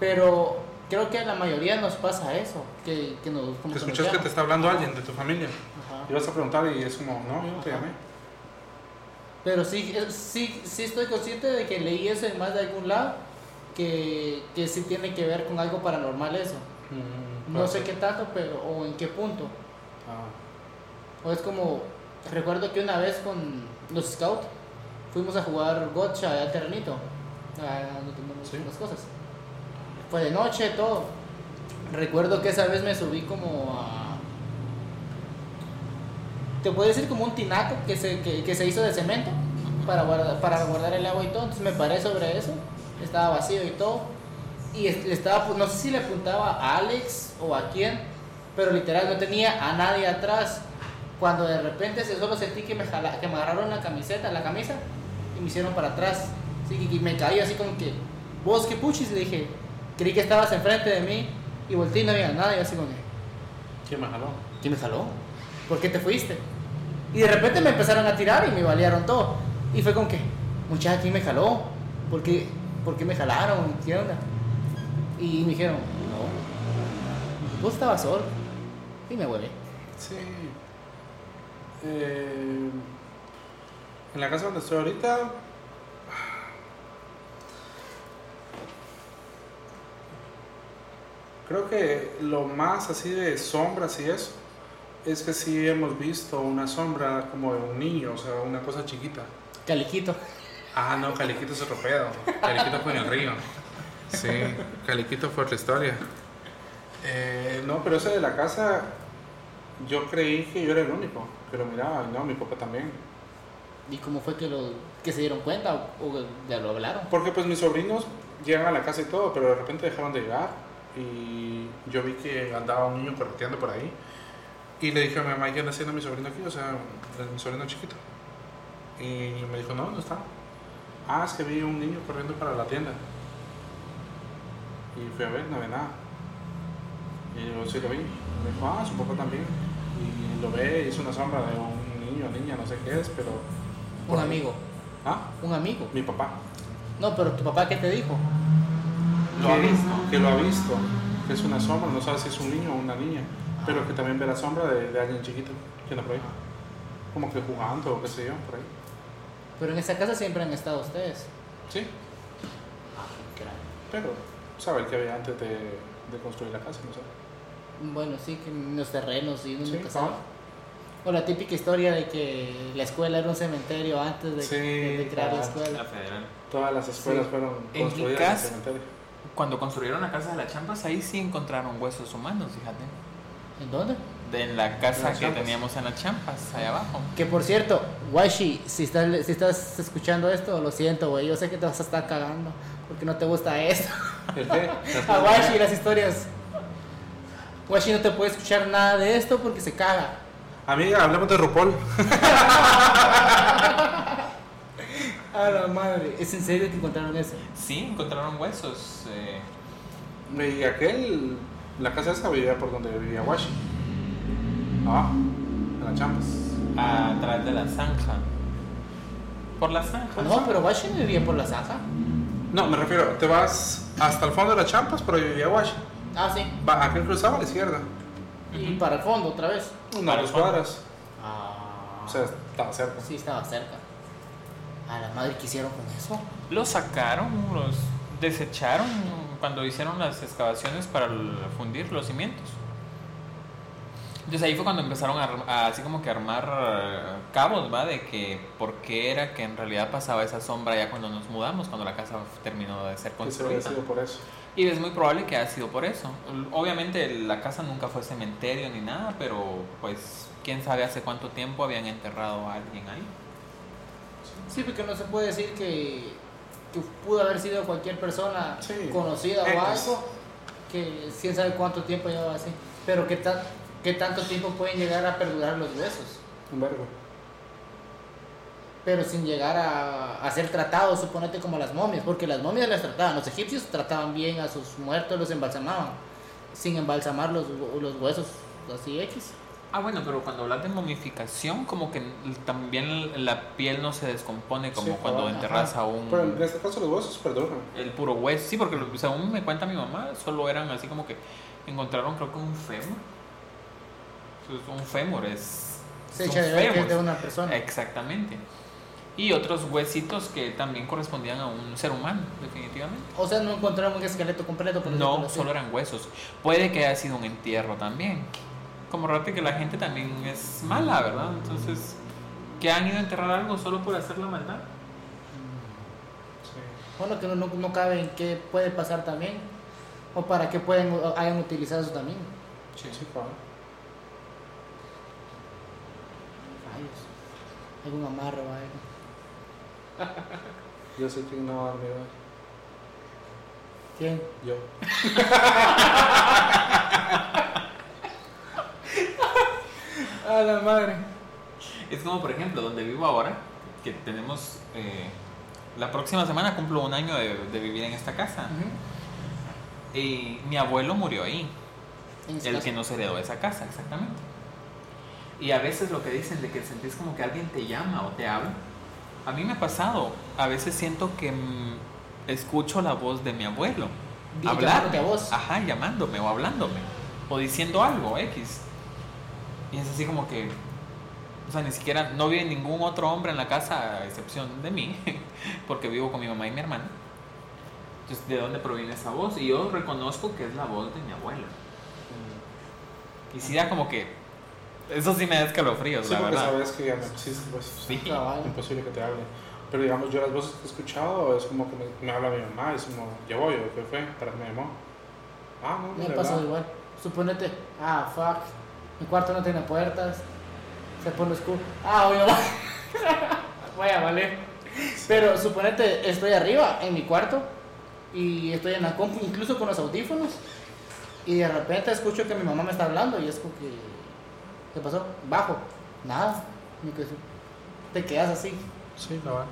[SPEAKER 1] pero creo que a la mayoría nos pasa eso. Que, que nos, como
[SPEAKER 2] que escuchas
[SPEAKER 1] nos
[SPEAKER 2] que te
[SPEAKER 1] llaman.
[SPEAKER 2] está hablando alguien de tu familia.
[SPEAKER 1] Ajá.
[SPEAKER 2] Y vas a preguntar y es como, no, yo no te
[SPEAKER 1] Ajá.
[SPEAKER 2] llamé.
[SPEAKER 1] Pero sí, eh, sí, sí estoy consciente de que leí eso en más de algún lado, que, que sí tiene que ver con algo paranormal eso.
[SPEAKER 2] Mm,
[SPEAKER 1] No
[SPEAKER 2] puede
[SPEAKER 1] sé
[SPEAKER 2] ser.
[SPEAKER 1] qué tanto, pero o en qué punto.
[SPEAKER 2] Ah,
[SPEAKER 1] O es como, recuerdo que una vez con los scouts fuimos a jugar gotcha al terrenito, a donde tenemos
[SPEAKER 2] Sí.
[SPEAKER 1] las cosas. Fue de noche, todo. Recuerdo que esa vez me subí como a... Te puedo decir como un tinaco que se, que, que se hizo de cemento para, guarda- para guardar el agua y todo. Entonces me paré sobre eso, estaba vacío y todo. Y es- le estaba, apu- no sé si le apuntaba a Alex o a quién, pero literal no tenía a nadie atrás. Cuando de repente se- solo sentí que me, jala- que me agarraron la camiseta, la camisa, y me hicieron para atrás. Así que- y me caí así como que, vos qué puchis, le dije, creí que estabas enfrente de mí, y volteé y no había nadie, así como que,
[SPEAKER 2] ¿Quién me jaló?
[SPEAKER 1] ¿Quién me jaló? ¿Por qué te fuiste? Y de repente me empezaron a tirar y me balearon todo. Y fue con que, muchacha, ¿quién me jaló? ¿Por qué, por qué me jalaron? ¿Qué onda? Y me dijeron, no, vos estabas solo. Y me huele.
[SPEAKER 2] Sí. Eh, en la casa donde estoy ahorita. Creo que lo más así de sombras y eso es que sí hemos visto una sombra como de un niño, o sea, una cosa chiquita.
[SPEAKER 1] Caliquito.
[SPEAKER 2] Ah, no, Caliquito es otro pedo. Caliquito fue en el río. Sí, Caliquito fue otra historia. Eh, no, pero ese de la casa, yo creí que yo era el único que lo miraba. y No, mi papá también.
[SPEAKER 1] ¿Y cómo fue que, lo, que se dieron cuenta o, o ya lo hablaron?
[SPEAKER 2] Porque pues mis sobrinos llegan a la casa y todo, pero de repente dejaron de llegar. Y yo vi que andaba un niño correteando por ahí. Y le dije a mi mamá, ¿qué anda haciendo mi sobrino aquí? O sea, el- mi sobrino chiquito. Y me dijo, no, no está. Ah, es que vi un niño corriendo para la tienda. Y fui a ver, no había nada. Y yo sí lo vi. Me dijo, ah, su papá también. Y lo ve, y es una sombra de un niño, niña, no sé qué es, pero...
[SPEAKER 1] Un amigo.
[SPEAKER 2] Ah,
[SPEAKER 1] Un amigo.
[SPEAKER 2] mi papá.
[SPEAKER 1] No, pero tu papá, ¿qué te dijo?
[SPEAKER 3] Lo ha
[SPEAKER 2] que-
[SPEAKER 3] visto.
[SPEAKER 2] Que lo ha visto, que es una sombra, no sabe si es un niño o una niña, pero que también ve la sombra de, de alguien chiquito que anda por ahí. Como que jugando o qué sé yo, por ahí.
[SPEAKER 1] Pero en esa casa siempre han estado ustedes.
[SPEAKER 2] Sí.
[SPEAKER 1] Ah, qué grave.
[SPEAKER 2] Pero saber qué había antes de, de construir la casa, no sé.
[SPEAKER 1] Bueno, sí, que en los terrenos y uno
[SPEAKER 2] Sí,
[SPEAKER 1] nunca sabe. O la típica historia de que la escuela era un cementerio antes de,
[SPEAKER 2] Sí,
[SPEAKER 1] de crear la
[SPEAKER 2] ah.
[SPEAKER 3] La
[SPEAKER 1] escuela.
[SPEAKER 3] federal.
[SPEAKER 2] Todas las escuelas
[SPEAKER 1] Sí.
[SPEAKER 2] fueron
[SPEAKER 3] En
[SPEAKER 2] construidas
[SPEAKER 3] mi
[SPEAKER 2] en el
[SPEAKER 3] casa-
[SPEAKER 2] cementerio.
[SPEAKER 3] Cuando construyeron la casa de las champas, ahí sí encontraron huesos humanos, fíjate.
[SPEAKER 1] ¿En dónde?
[SPEAKER 3] De en la casa
[SPEAKER 2] Las
[SPEAKER 3] que
[SPEAKER 2] Champas.
[SPEAKER 3] teníamos en las champas, allá abajo.
[SPEAKER 1] Que por cierto, Washi, si estás, si estás escuchando esto, lo siento, güey. Yo sé que te vas a estar cagando porque no te gusta esto.
[SPEAKER 2] ¿El qué?
[SPEAKER 3] Ah,
[SPEAKER 1] A Washi, las historias. Washi no te puede escuchar nada de esto porque se caga.
[SPEAKER 2] Amiga, hablemos de RuPaul.
[SPEAKER 1] A la madre. ¿Es en serio que encontraron eso? Ah,
[SPEAKER 3] Sí, encontraron huesos. eh,
[SPEAKER 2] Y aquel, la casa esa vivía por donde vivía Washi. Ah, en las champas.
[SPEAKER 3] atrás de la zanja. Por la
[SPEAKER 2] Ah,
[SPEAKER 3] zanja.
[SPEAKER 1] No, pero Washi no vivía por la zanja.
[SPEAKER 2] No, me refiero, te vas hasta el fondo de las champas, pero ahí vivía Washi.
[SPEAKER 1] Ah, sí.
[SPEAKER 2] Va, aquel cruzaba a la izquierda,
[SPEAKER 1] Y para el fondo otra vez.
[SPEAKER 2] una
[SPEAKER 3] Para
[SPEAKER 2] de
[SPEAKER 3] el
[SPEAKER 2] las
[SPEAKER 3] fondo.
[SPEAKER 2] cuadras.
[SPEAKER 1] Ah.
[SPEAKER 2] O sea, estaba cerca.
[SPEAKER 1] Sí, estaba cerca. A la madre, ¿qué hicieron con eso?
[SPEAKER 3] Los sacaron, los desecharon cuando hicieron las excavaciones para el- fundir los cimientos. Entonces ahí fue cuando empezaron a, ar- a así como que armar eh, cabos, ¿va? De que por qué era que en realidad pasaba esa sombra ya cuando nos mudamos, cuando la casa terminó de ser
[SPEAKER 2] Que se había
[SPEAKER 3] construida.
[SPEAKER 2] sido por eso.
[SPEAKER 3] Y es muy probable que haya sido por eso. Obviamente la casa nunca fue cementerio ni nada, pero pues quién sabe hace cuánto tiempo habían enterrado a alguien ahí.
[SPEAKER 1] Sí, porque no se puede decir que, que pudo haber sido cualquier persona
[SPEAKER 2] Sí.
[SPEAKER 1] conocida o
[SPEAKER 2] X.
[SPEAKER 1] algo, que quién sabe cuánto tiempo llevaba así. Pero ¿qué, tan- qué tanto tiempo pueden llegar a perdurar los huesos,
[SPEAKER 2] Un vergo.
[SPEAKER 1] pero sin llegar a, a ser tratados, suponete como las momias, porque las momias las trataban, los egipcios trataban bien a sus muertos, los embalsamaban, sin embalsamar los, hu- los huesos así X.
[SPEAKER 3] Ah, bueno, pero cuando hablas de momificación, como que también la piel no se descompone como
[SPEAKER 2] Sí,
[SPEAKER 3] cuando
[SPEAKER 1] ajá.
[SPEAKER 3] enterras a
[SPEAKER 2] Pero en
[SPEAKER 3] un...
[SPEAKER 2] este caso los huesos perduran.
[SPEAKER 3] El puro hueso, sí, porque lo- según me cuenta mi mamá, solo eran así como que encontraron creo que un fémur. Entonces, Un fémur es...
[SPEAKER 1] Se
[SPEAKER 3] es
[SPEAKER 1] echa
[SPEAKER 3] un
[SPEAKER 1] de ver que es
[SPEAKER 3] fémur.
[SPEAKER 1] de una persona.
[SPEAKER 3] Eh. Exactamente. Y otros huesitos que también correspondían a un ser humano, definitivamente.
[SPEAKER 1] O sea, no encontraron un esqueleto completo. por decirlo
[SPEAKER 3] No,
[SPEAKER 1] así.
[SPEAKER 3] solo eran huesos. Puede que haya sido un entierro también. Como rate que la gente también es mala, ¿verdad? Entonces, que han ido a enterrar algo solo por hacer la maldad.
[SPEAKER 1] Bueno, que no, no, no cabe en qué puede pasar también. O para qué pueden, o hayan utilizado eso también.
[SPEAKER 2] Sí, sí, cabrón.
[SPEAKER 1] Rayos. Algún amarro o algo.
[SPEAKER 2] Yo soy quien no va a dormir hoy.
[SPEAKER 1] ¿Quién?
[SPEAKER 2] Yo.
[SPEAKER 1] A la madre.
[SPEAKER 3] Es como, por ejemplo, donde vivo ahora, que tenemos. eh, la próxima semana cumplo un año de, de vivir en esta casa. Y mi abuelo murió ahí. El que nos heredó esa casa, exactamente. Y a veces lo que dicen de que sentís como que alguien te llama o te habla. A mí me ha pasado. A veces siento que mm, escucho la voz de mi abuelo.
[SPEAKER 1] Y
[SPEAKER 3] hablarme.
[SPEAKER 1] llamándote a vos.
[SPEAKER 3] Ajá, llamándome o hablándome. O diciendo algo, X. Y es así como que. O sea, ni siquiera. No vive ningún otro hombre en la casa, a excepción de mí. Porque vivo con mi mamá y mi hermana. Entonces, ¿de dónde proviene esa voz? Y yo reconozco que es la voz de mi abuelo. Y sí da como que... Eso sí me da escalofríos,
[SPEAKER 2] Sí,
[SPEAKER 3] la
[SPEAKER 2] porque
[SPEAKER 3] verdad.
[SPEAKER 2] sabes que ya no existe, pues.
[SPEAKER 3] Sí.
[SPEAKER 2] Es imposible que te hable. Pero digamos, yo las voces que he escuchado es como que me, me habla mi mamá, es como, ya voy, o qué fue, para que me llamó. Ah, no,
[SPEAKER 1] Me
[SPEAKER 2] de
[SPEAKER 1] ha pasado
[SPEAKER 2] verdad.
[SPEAKER 1] igual. Suponete, ah, fuck. Mi cuarto no tiene puertas. Se pone oscuro. Ah, voy a voy a valer. Pero suponete, estoy arriba en mi cuarto y estoy en la compu, incluso con los audífonos. Y de repente escucho que mi mamá me está hablando y es como que. ¿Qué pasó? Bajo. Nada. Ni que- Te quedas así.
[SPEAKER 2] Sí, la verdad.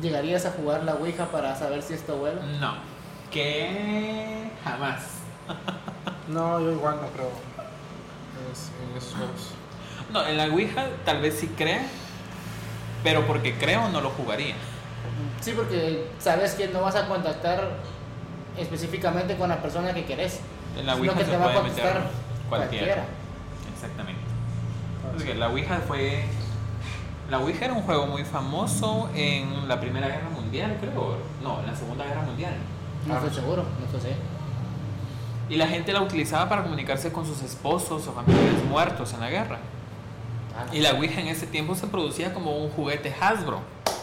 [SPEAKER 1] ¿Llegarías a jugar la Ouija para saber si es tu abuelo?
[SPEAKER 3] No. Que jamás.
[SPEAKER 2] No, yo igual no creo. Es, en esos juegos.
[SPEAKER 3] No, en la Ouija tal vez sí crea, pero porque creo no lo jugaría.
[SPEAKER 1] Sí, porque sabes que no vas a contactar específicamente con la persona que querés.
[SPEAKER 3] En la
[SPEAKER 1] sino
[SPEAKER 3] Ouija
[SPEAKER 1] que
[SPEAKER 3] se
[SPEAKER 1] te va a
[SPEAKER 3] puede meter
[SPEAKER 1] contestar
[SPEAKER 3] cualquiera.
[SPEAKER 1] cualquiera.
[SPEAKER 3] Exactamente. Entonces, que la Ouija fue La Ouija era un juego muy famoso en la Primera Guerra Mundial, creo. No, en la Segunda Guerra Mundial.
[SPEAKER 1] No estoy seguro, no estoy seguro.
[SPEAKER 3] Y la gente la utilizaba para comunicarse con sus esposos o familiares muertos en la guerra.
[SPEAKER 1] Ah,
[SPEAKER 3] Y la Ouija en ese tiempo se producía como un juguete Hasbro,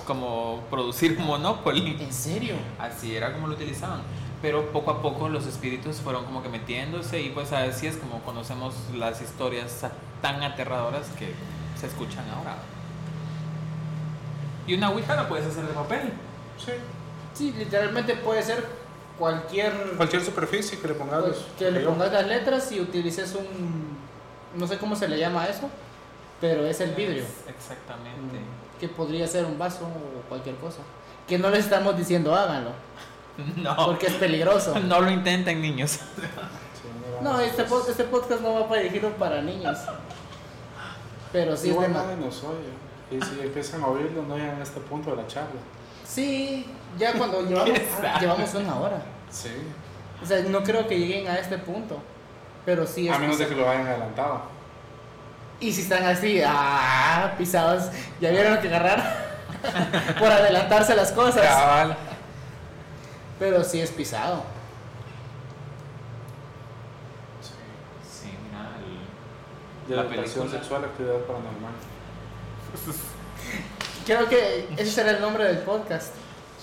[SPEAKER 3] como producir un Monopoly.
[SPEAKER 1] ¿En serio?
[SPEAKER 3] Así era como lo utilizaban. Pero poco a poco los espíritus fueron como que metiéndose y pues así es como conocemos las historias tan aterradoras que se escuchan ahora. Y una Ouija la puedes hacer de papel.
[SPEAKER 2] Sí.
[SPEAKER 1] Sí, literalmente puede ser cualquier.
[SPEAKER 2] Cualquier superficie que le pongas.
[SPEAKER 1] pues, que le
[SPEAKER 2] creo.
[SPEAKER 1] pongas las letras y utilices un. No sé cómo se le llama eso, pero es el vidrio.
[SPEAKER 3] Exactamente.
[SPEAKER 1] Que podría ser un vaso o cualquier cosa. Que no les estamos diciendo háganlo, Mm.
[SPEAKER 3] No,
[SPEAKER 1] porque es peligroso.
[SPEAKER 3] Oh. no lo intenten niños.
[SPEAKER 2] Sí, mira.
[SPEAKER 1] No, este, pod- este podcast no va para dirigido para niños. Pero sí, es
[SPEAKER 2] Igual
[SPEAKER 1] de ma-
[SPEAKER 2] nadie nos oye. Y si empiezan a oírlo, no llegan a este punto de la charla.
[SPEAKER 1] sí, ya cuando llevamos, llevamos una hora.
[SPEAKER 2] Sí.
[SPEAKER 1] O sea, no creo que lleguen a este punto. Pero sí es
[SPEAKER 2] A menos de que lo hayan adelantado.
[SPEAKER 1] Y si están así, ah, pisados, ya vieron lo que agarrar por adelantarse las cosas.
[SPEAKER 2] Cabal.
[SPEAKER 1] Pero sí es pisado.
[SPEAKER 2] Sí.
[SPEAKER 3] Sí, mira, el-
[SPEAKER 2] De
[SPEAKER 3] La
[SPEAKER 2] la relación
[SPEAKER 3] película.
[SPEAKER 2] sexual, actividad paranormal.
[SPEAKER 1] Creo que ese será el nombre del podcast.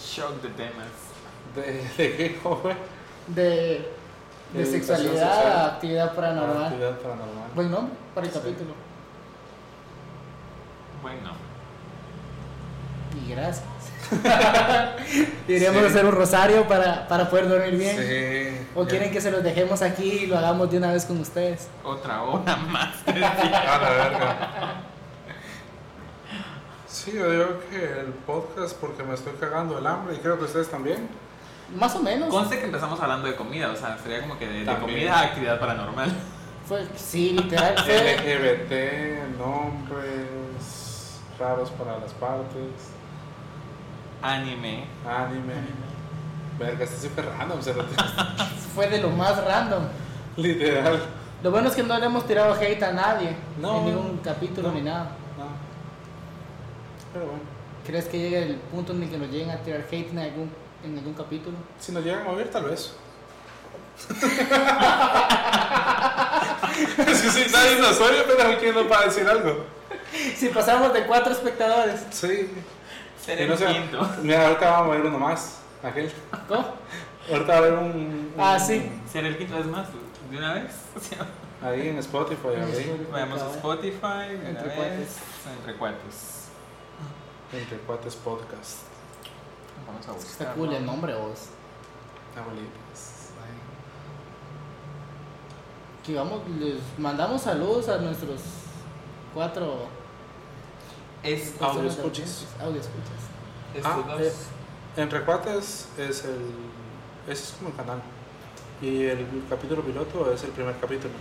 [SPEAKER 3] shock de temas.
[SPEAKER 2] ¿De, de qué, joven?
[SPEAKER 1] De, de
[SPEAKER 2] Educación
[SPEAKER 1] sexualidad
[SPEAKER 2] sexual.
[SPEAKER 1] a actividad paranormal. Pues,
[SPEAKER 2] Actividad paranormal.
[SPEAKER 1] Buen nombre para el
[SPEAKER 2] Sí.
[SPEAKER 1] capítulo.
[SPEAKER 3] Bueno,
[SPEAKER 1] Y gracias. Deberíamos
[SPEAKER 2] Sí.
[SPEAKER 1] hacer un rosario para, para poder dormir bien.
[SPEAKER 2] Sí.
[SPEAKER 1] O quieren que se los dejemos aquí y lo hagamos de una vez con ustedes.
[SPEAKER 3] otra hora más.
[SPEAKER 2] A la verga. Sí, yo digo que el podcast porque me estoy cagando el hambre y creo que ustedes también.
[SPEAKER 1] Más o menos.
[SPEAKER 3] Conste que empezamos hablando de comida, o sea, sería como que de, de
[SPEAKER 2] También.
[SPEAKER 3] comida a actividad paranormal.
[SPEAKER 1] Fue, sí, literal. fue-
[SPEAKER 2] Eh, LGBT, nombres raros para las partes,
[SPEAKER 3] Anime.
[SPEAKER 2] anime. Ah, Verga, está súper random, se lo-
[SPEAKER 1] fue de lo más random.
[SPEAKER 2] literal.
[SPEAKER 1] Lo bueno es que no le hemos tirado hate a nadie.
[SPEAKER 2] No.
[SPEAKER 1] En ningún capítulo
[SPEAKER 2] No.
[SPEAKER 1] ni nada.
[SPEAKER 2] No. Pero bueno,
[SPEAKER 1] ¿Crees que llegue el punto en el que nos lleguen a tirar hate en algún, en algún capítulo?
[SPEAKER 2] si nos llegan a oír, tal vez. es que si nadie nos oye, pero quién nos va a decir algo.
[SPEAKER 1] Si pasamos de cuatro espectadores.
[SPEAKER 2] Sí,
[SPEAKER 3] Seré
[SPEAKER 2] Que no
[SPEAKER 3] el
[SPEAKER 2] sea-
[SPEAKER 3] quinto.
[SPEAKER 2] Mira, ahorita vamos a ver uno más, aquel.
[SPEAKER 1] ¿Cómo?
[SPEAKER 2] Ahorita va a haber un, un-
[SPEAKER 1] Ah, sí.
[SPEAKER 3] Seré el quinto, es más, de una vez. O sea,
[SPEAKER 2] Ahí en Spotify, abril,
[SPEAKER 3] Vayamos a Spotify, de
[SPEAKER 1] Entre
[SPEAKER 3] una vez. Entre cuates.
[SPEAKER 2] entre cuates podcast.
[SPEAKER 3] Vamos a buscar.
[SPEAKER 1] Está cool el nombre, vos.
[SPEAKER 2] Abuelitas.
[SPEAKER 1] Que vamos, les mandamos saludos a nuestros cuatro
[SPEAKER 3] Es
[SPEAKER 2] Audio
[SPEAKER 1] personas
[SPEAKER 2] escuchas.
[SPEAKER 1] audientes, Audio escuchas.
[SPEAKER 3] estos
[SPEAKER 2] Ah,
[SPEAKER 3] dos.
[SPEAKER 2] eh. Entre cuates es el. Ese es como el canal. Y el capítulo piloto es el primer capítulo.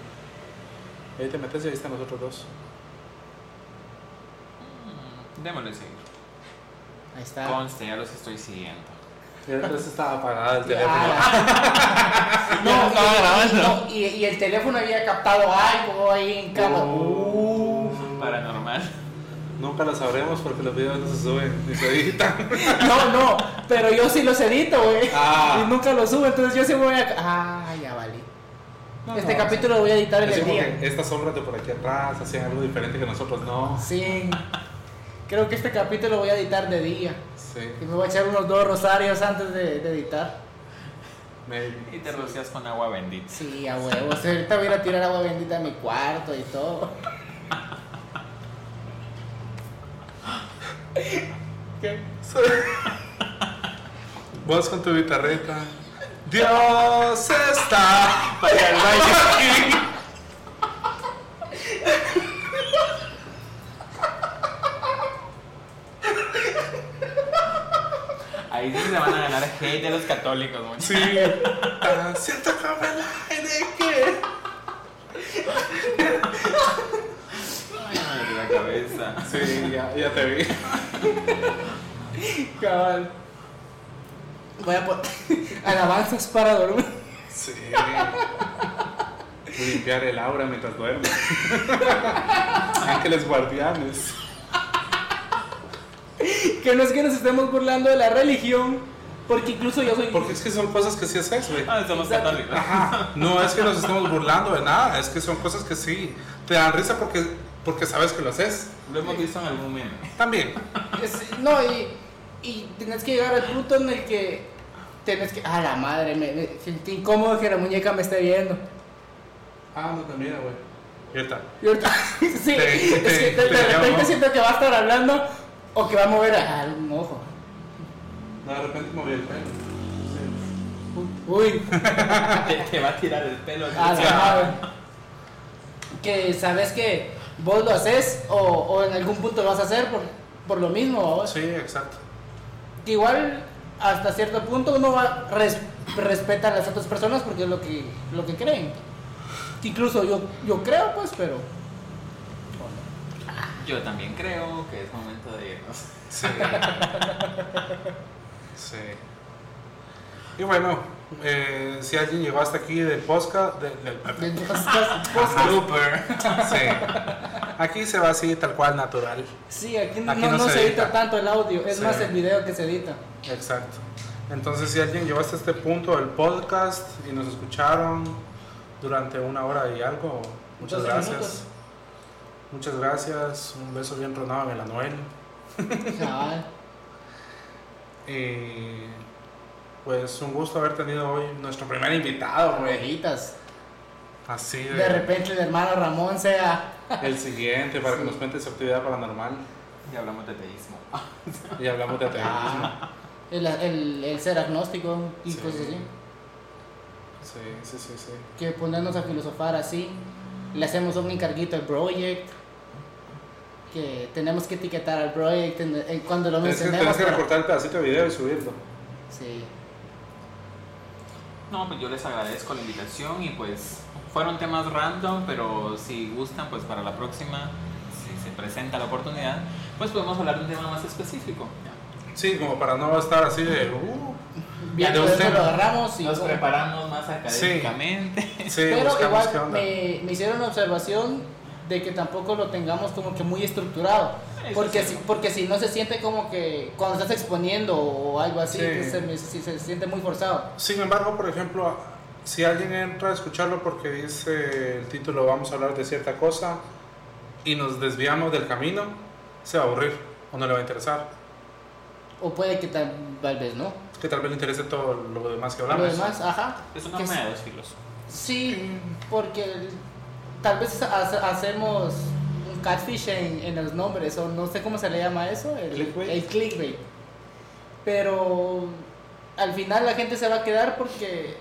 [SPEAKER 2] Ahí te metes y ahí están los otros dos.
[SPEAKER 3] Mm, Démosle seguir.
[SPEAKER 1] Ahí
[SPEAKER 2] Ah.
[SPEAKER 1] está.
[SPEAKER 3] Conste, ya los estoy siguiendo.
[SPEAKER 2] Y el otro estaba apagado el teléfono.
[SPEAKER 1] Ah, la-
[SPEAKER 3] Ya
[SPEAKER 1] No,
[SPEAKER 3] estaba
[SPEAKER 1] y-
[SPEAKER 3] grabando.
[SPEAKER 1] no, y, y el teléfono había captado algo ahí en cámara.
[SPEAKER 3] Uh.
[SPEAKER 2] Oh.
[SPEAKER 3] Paranormal.
[SPEAKER 2] Nunca lo sabremos porque los videos no se suben ni se editan.
[SPEAKER 1] No, no, pero yo sí los edito, güey.
[SPEAKER 2] Ah.
[SPEAKER 1] Y nunca los subo, entonces yo sí voy a. Ah, ya vale. este capítulo lo voy a editar en
[SPEAKER 2] Es
[SPEAKER 1] el
[SPEAKER 2] como
[SPEAKER 1] día.
[SPEAKER 2] que estas sombras de por aquí atrás hacían algo diferente que nosotros no.
[SPEAKER 1] Sí. Creo que este capítulo lo voy a editar de día.
[SPEAKER 2] Sí,
[SPEAKER 1] Y me voy a echar unos dos rosarios antes de, de editar.
[SPEAKER 3] Y
[SPEAKER 2] maybe.
[SPEAKER 3] te rocias con agua bendita.
[SPEAKER 1] Sí, a huevo. Sí, ahorita voy a ir a tirar agua bendita a mi cuarto y todo. ¿Qué?
[SPEAKER 2] Vos con tu guitarreta. Dios está para el baile.
[SPEAKER 3] Ahí sí se van a ganar hate de los católicos, muchachos.
[SPEAKER 2] Sí, tan cierto como el aire que.
[SPEAKER 3] Ay, madre, la cabeza.
[SPEAKER 2] Sí, ya, ya te vi.
[SPEAKER 1] Cabal. Voy a poner alabanzas para dormir.
[SPEAKER 2] Sí. Limpiar el aura mientras duermo. Ángeles guardianes.
[SPEAKER 1] que no es que nos estemos burlando de la religión, porque incluso yo soy...
[SPEAKER 2] Porque es que son cosas que sí haces, güey.
[SPEAKER 3] Ah, somos
[SPEAKER 1] Exacto.
[SPEAKER 3] católicos.
[SPEAKER 2] Ajá. No es que nos estemos burlando de nada, es que son cosas que sí te dan risa porque, porque sabes que lo haces.
[SPEAKER 3] Lo hemos visto en algún meme.
[SPEAKER 2] También.
[SPEAKER 1] Es- no, y, y tenés que llegar al punto en el que tenés que... A la madre, me, me sentí incómodo que la muñeca me esté viendo.
[SPEAKER 2] Ah, no te mira, güey. ¿Qué tal?
[SPEAKER 1] Y ahorita- sí,
[SPEAKER 2] Te-
[SPEAKER 1] es que
[SPEAKER 2] te-
[SPEAKER 1] de, de
[SPEAKER 2] te
[SPEAKER 1] repente
[SPEAKER 2] llamo.
[SPEAKER 1] siento que va a estar hablando o que va a mover a- algún ojo.
[SPEAKER 2] No, de repente moví el pelo.
[SPEAKER 1] Uy,
[SPEAKER 3] Te, te va a tirar el pelo.
[SPEAKER 2] Ah,
[SPEAKER 1] a
[SPEAKER 3] Sí.
[SPEAKER 1] la madre. Que sabes que vos lo haces o, o en algún punto lo vas a hacer por, por lo mismo. ¿vos?
[SPEAKER 2] Sí, exacto.
[SPEAKER 1] Igual, hasta cierto punto uno va, res- respeta a las otras personas porque es lo que, lo que creen. Incluso yo, yo creo, pues, pero...
[SPEAKER 3] Yo también creo que es momento de irnos.
[SPEAKER 2] Sí. sí. Y bueno, eh, si alguien llegó hasta aquí del podcast, de- del Ah,
[SPEAKER 1] pues,
[SPEAKER 3] Blooper.
[SPEAKER 2] sí. Aquí se va así tal cual natural.
[SPEAKER 1] Sí, aquí, no,
[SPEAKER 2] Aquí
[SPEAKER 1] no
[SPEAKER 2] no
[SPEAKER 1] se,
[SPEAKER 2] se
[SPEAKER 1] edita.
[SPEAKER 2] edita.
[SPEAKER 1] tanto el audio, es
[SPEAKER 2] Sí.
[SPEAKER 1] más el video que se edita.
[SPEAKER 2] Exacto. Entonces, si alguien llegó hasta este punto del podcast y nos escucharon durante una hora y algo, muchas
[SPEAKER 1] Doce
[SPEAKER 2] gracias.
[SPEAKER 1] minutos.
[SPEAKER 2] Muchas gracias. Un beso bien ronado en el Anuel.
[SPEAKER 1] Cabal.
[SPEAKER 2] Y Eh, pues un gusto haber tenido hoy nuestro primer invitado, güey.
[SPEAKER 1] Orejitas.
[SPEAKER 2] Así de,
[SPEAKER 1] De repente el hermano Ramón sea.
[SPEAKER 2] el siguiente para que nos cuente su actividad paranormal
[SPEAKER 3] Y hablamos de teísmo.
[SPEAKER 2] y hablamos de
[SPEAKER 1] Ah,
[SPEAKER 2] ateísmo.
[SPEAKER 1] El, el- el ser agnóstico y
[SPEAKER 2] Sí.
[SPEAKER 1] cosas así.
[SPEAKER 2] Sí, sí, sí, sí.
[SPEAKER 1] Que ponernos a filosofar así. Le hacemos un encarguito al project. Que tenemos que etiquetar al project en- en cuando lo
[SPEAKER 2] Tienes que,
[SPEAKER 1] mencionemos.
[SPEAKER 2] tienes que
[SPEAKER 1] pero-
[SPEAKER 2] recortar el pedacito de video y subirlo.
[SPEAKER 1] Sí.
[SPEAKER 3] No, pues yo les agradezco la invitación y pues fueron temas random, pero si gustan, pues para la próxima, si se presenta la oportunidad, pues podemos hablar de un tema más específico.
[SPEAKER 2] Sí, como para no estar así de... "Uh".
[SPEAKER 1] Bien,
[SPEAKER 3] de
[SPEAKER 1] por eso
[SPEAKER 2] usted.
[SPEAKER 1] lo agarramos y.
[SPEAKER 3] Nos preparamos más académicamente.
[SPEAKER 2] Sí,
[SPEAKER 1] Pero
[SPEAKER 2] buscamos
[SPEAKER 1] igual
[SPEAKER 2] qué onda.
[SPEAKER 1] me, me hicieron una observación de que tampoco lo tengamos como que muy estructurado.
[SPEAKER 3] Eso
[SPEAKER 1] Porque,
[SPEAKER 3] sí.
[SPEAKER 1] si, porque si no se siente como que cuando estás exponiendo o algo así,
[SPEAKER 2] Sí.
[SPEAKER 1] que se, me- si se siente muy forzado.
[SPEAKER 2] Sin embargo, por ejemplo, si alguien entra a escucharlo porque dice el título vamos a hablar de cierta cosa y nos desviamos del camino, se va a aburrir o no le va a interesar.
[SPEAKER 1] O puede que tal, tal vez no.
[SPEAKER 2] Que tal vez le interese todo lo demás que
[SPEAKER 1] Lo
[SPEAKER 2] hablamos.
[SPEAKER 1] demás, ajá.
[SPEAKER 3] Es una
[SPEAKER 1] Que
[SPEAKER 3] moneda
[SPEAKER 1] sí,
[SPEAKER 3] de dos filos.
[SPEAKER 1] sí, porque el- tal vez ha- hacemos un catfish en, en los nombres, o no sé cómo se le llama eso, el
[SPEAKER 2] Clickbait.
[SPEAKER 1] el clickbait. Pero al final la gente se va a quedar porque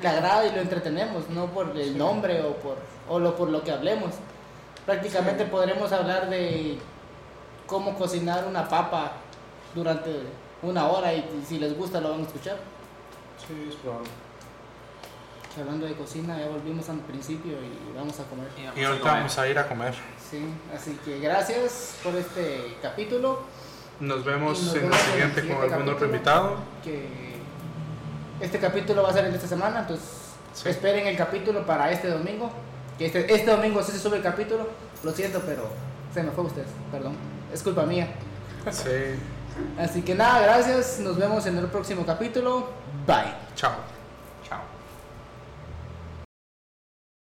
[SPEAKER 1] le agrada y lo entretenemos, no por el nombre o por, o lo, por lo que hablemos. Prácticamente podremos hablar de cómo cocinar una papa durante una hora y, y si les gusta lo van a escuchar.
[SPEAKER 2] Sí, es probable.
[SPEAKER 1] Que Hablando de cocina, ya volvimos al principio y vamos a comer.
[SPEAKER 2] Y ahorita
[SPEAKER 3] comer.
[SPEAKER 2] vamos a ir a comer.
[SPEAKER 1] Sí, así que gracias por este capítulo.
[SPEAKER 2] Nos
[SPEAKER 1] Y
[SPEAKER 2] vemos
[SPEAKER 1] nos
[SPEAKER 2] en el
[SPEAKER 1] vemos en el
[SPEAKER 2] siguiente con
[SPEAKER 1] siguiente
[SPEAKER 2] algún otro
[SPEAKER 1] capítulo.
[SPEAKER 2] invitado.
[SPEAKER 1] Que este capítulo va a ser el de esta semana, entonces
[SPEAKER 2] Sí.
[SPEAKER 1] esperen el capítulo para este domingo. Que este, este domingo sí se sube el capítulo. Lo siento, pero se me fue usted, perdón. Es culpa mía.
[SPEAKER 2] Sí,
[SPEAKER 1] Así que nada, gracias. Nos vemos en el próximo capítulo. Bye.
[SPEAKER 2] chao.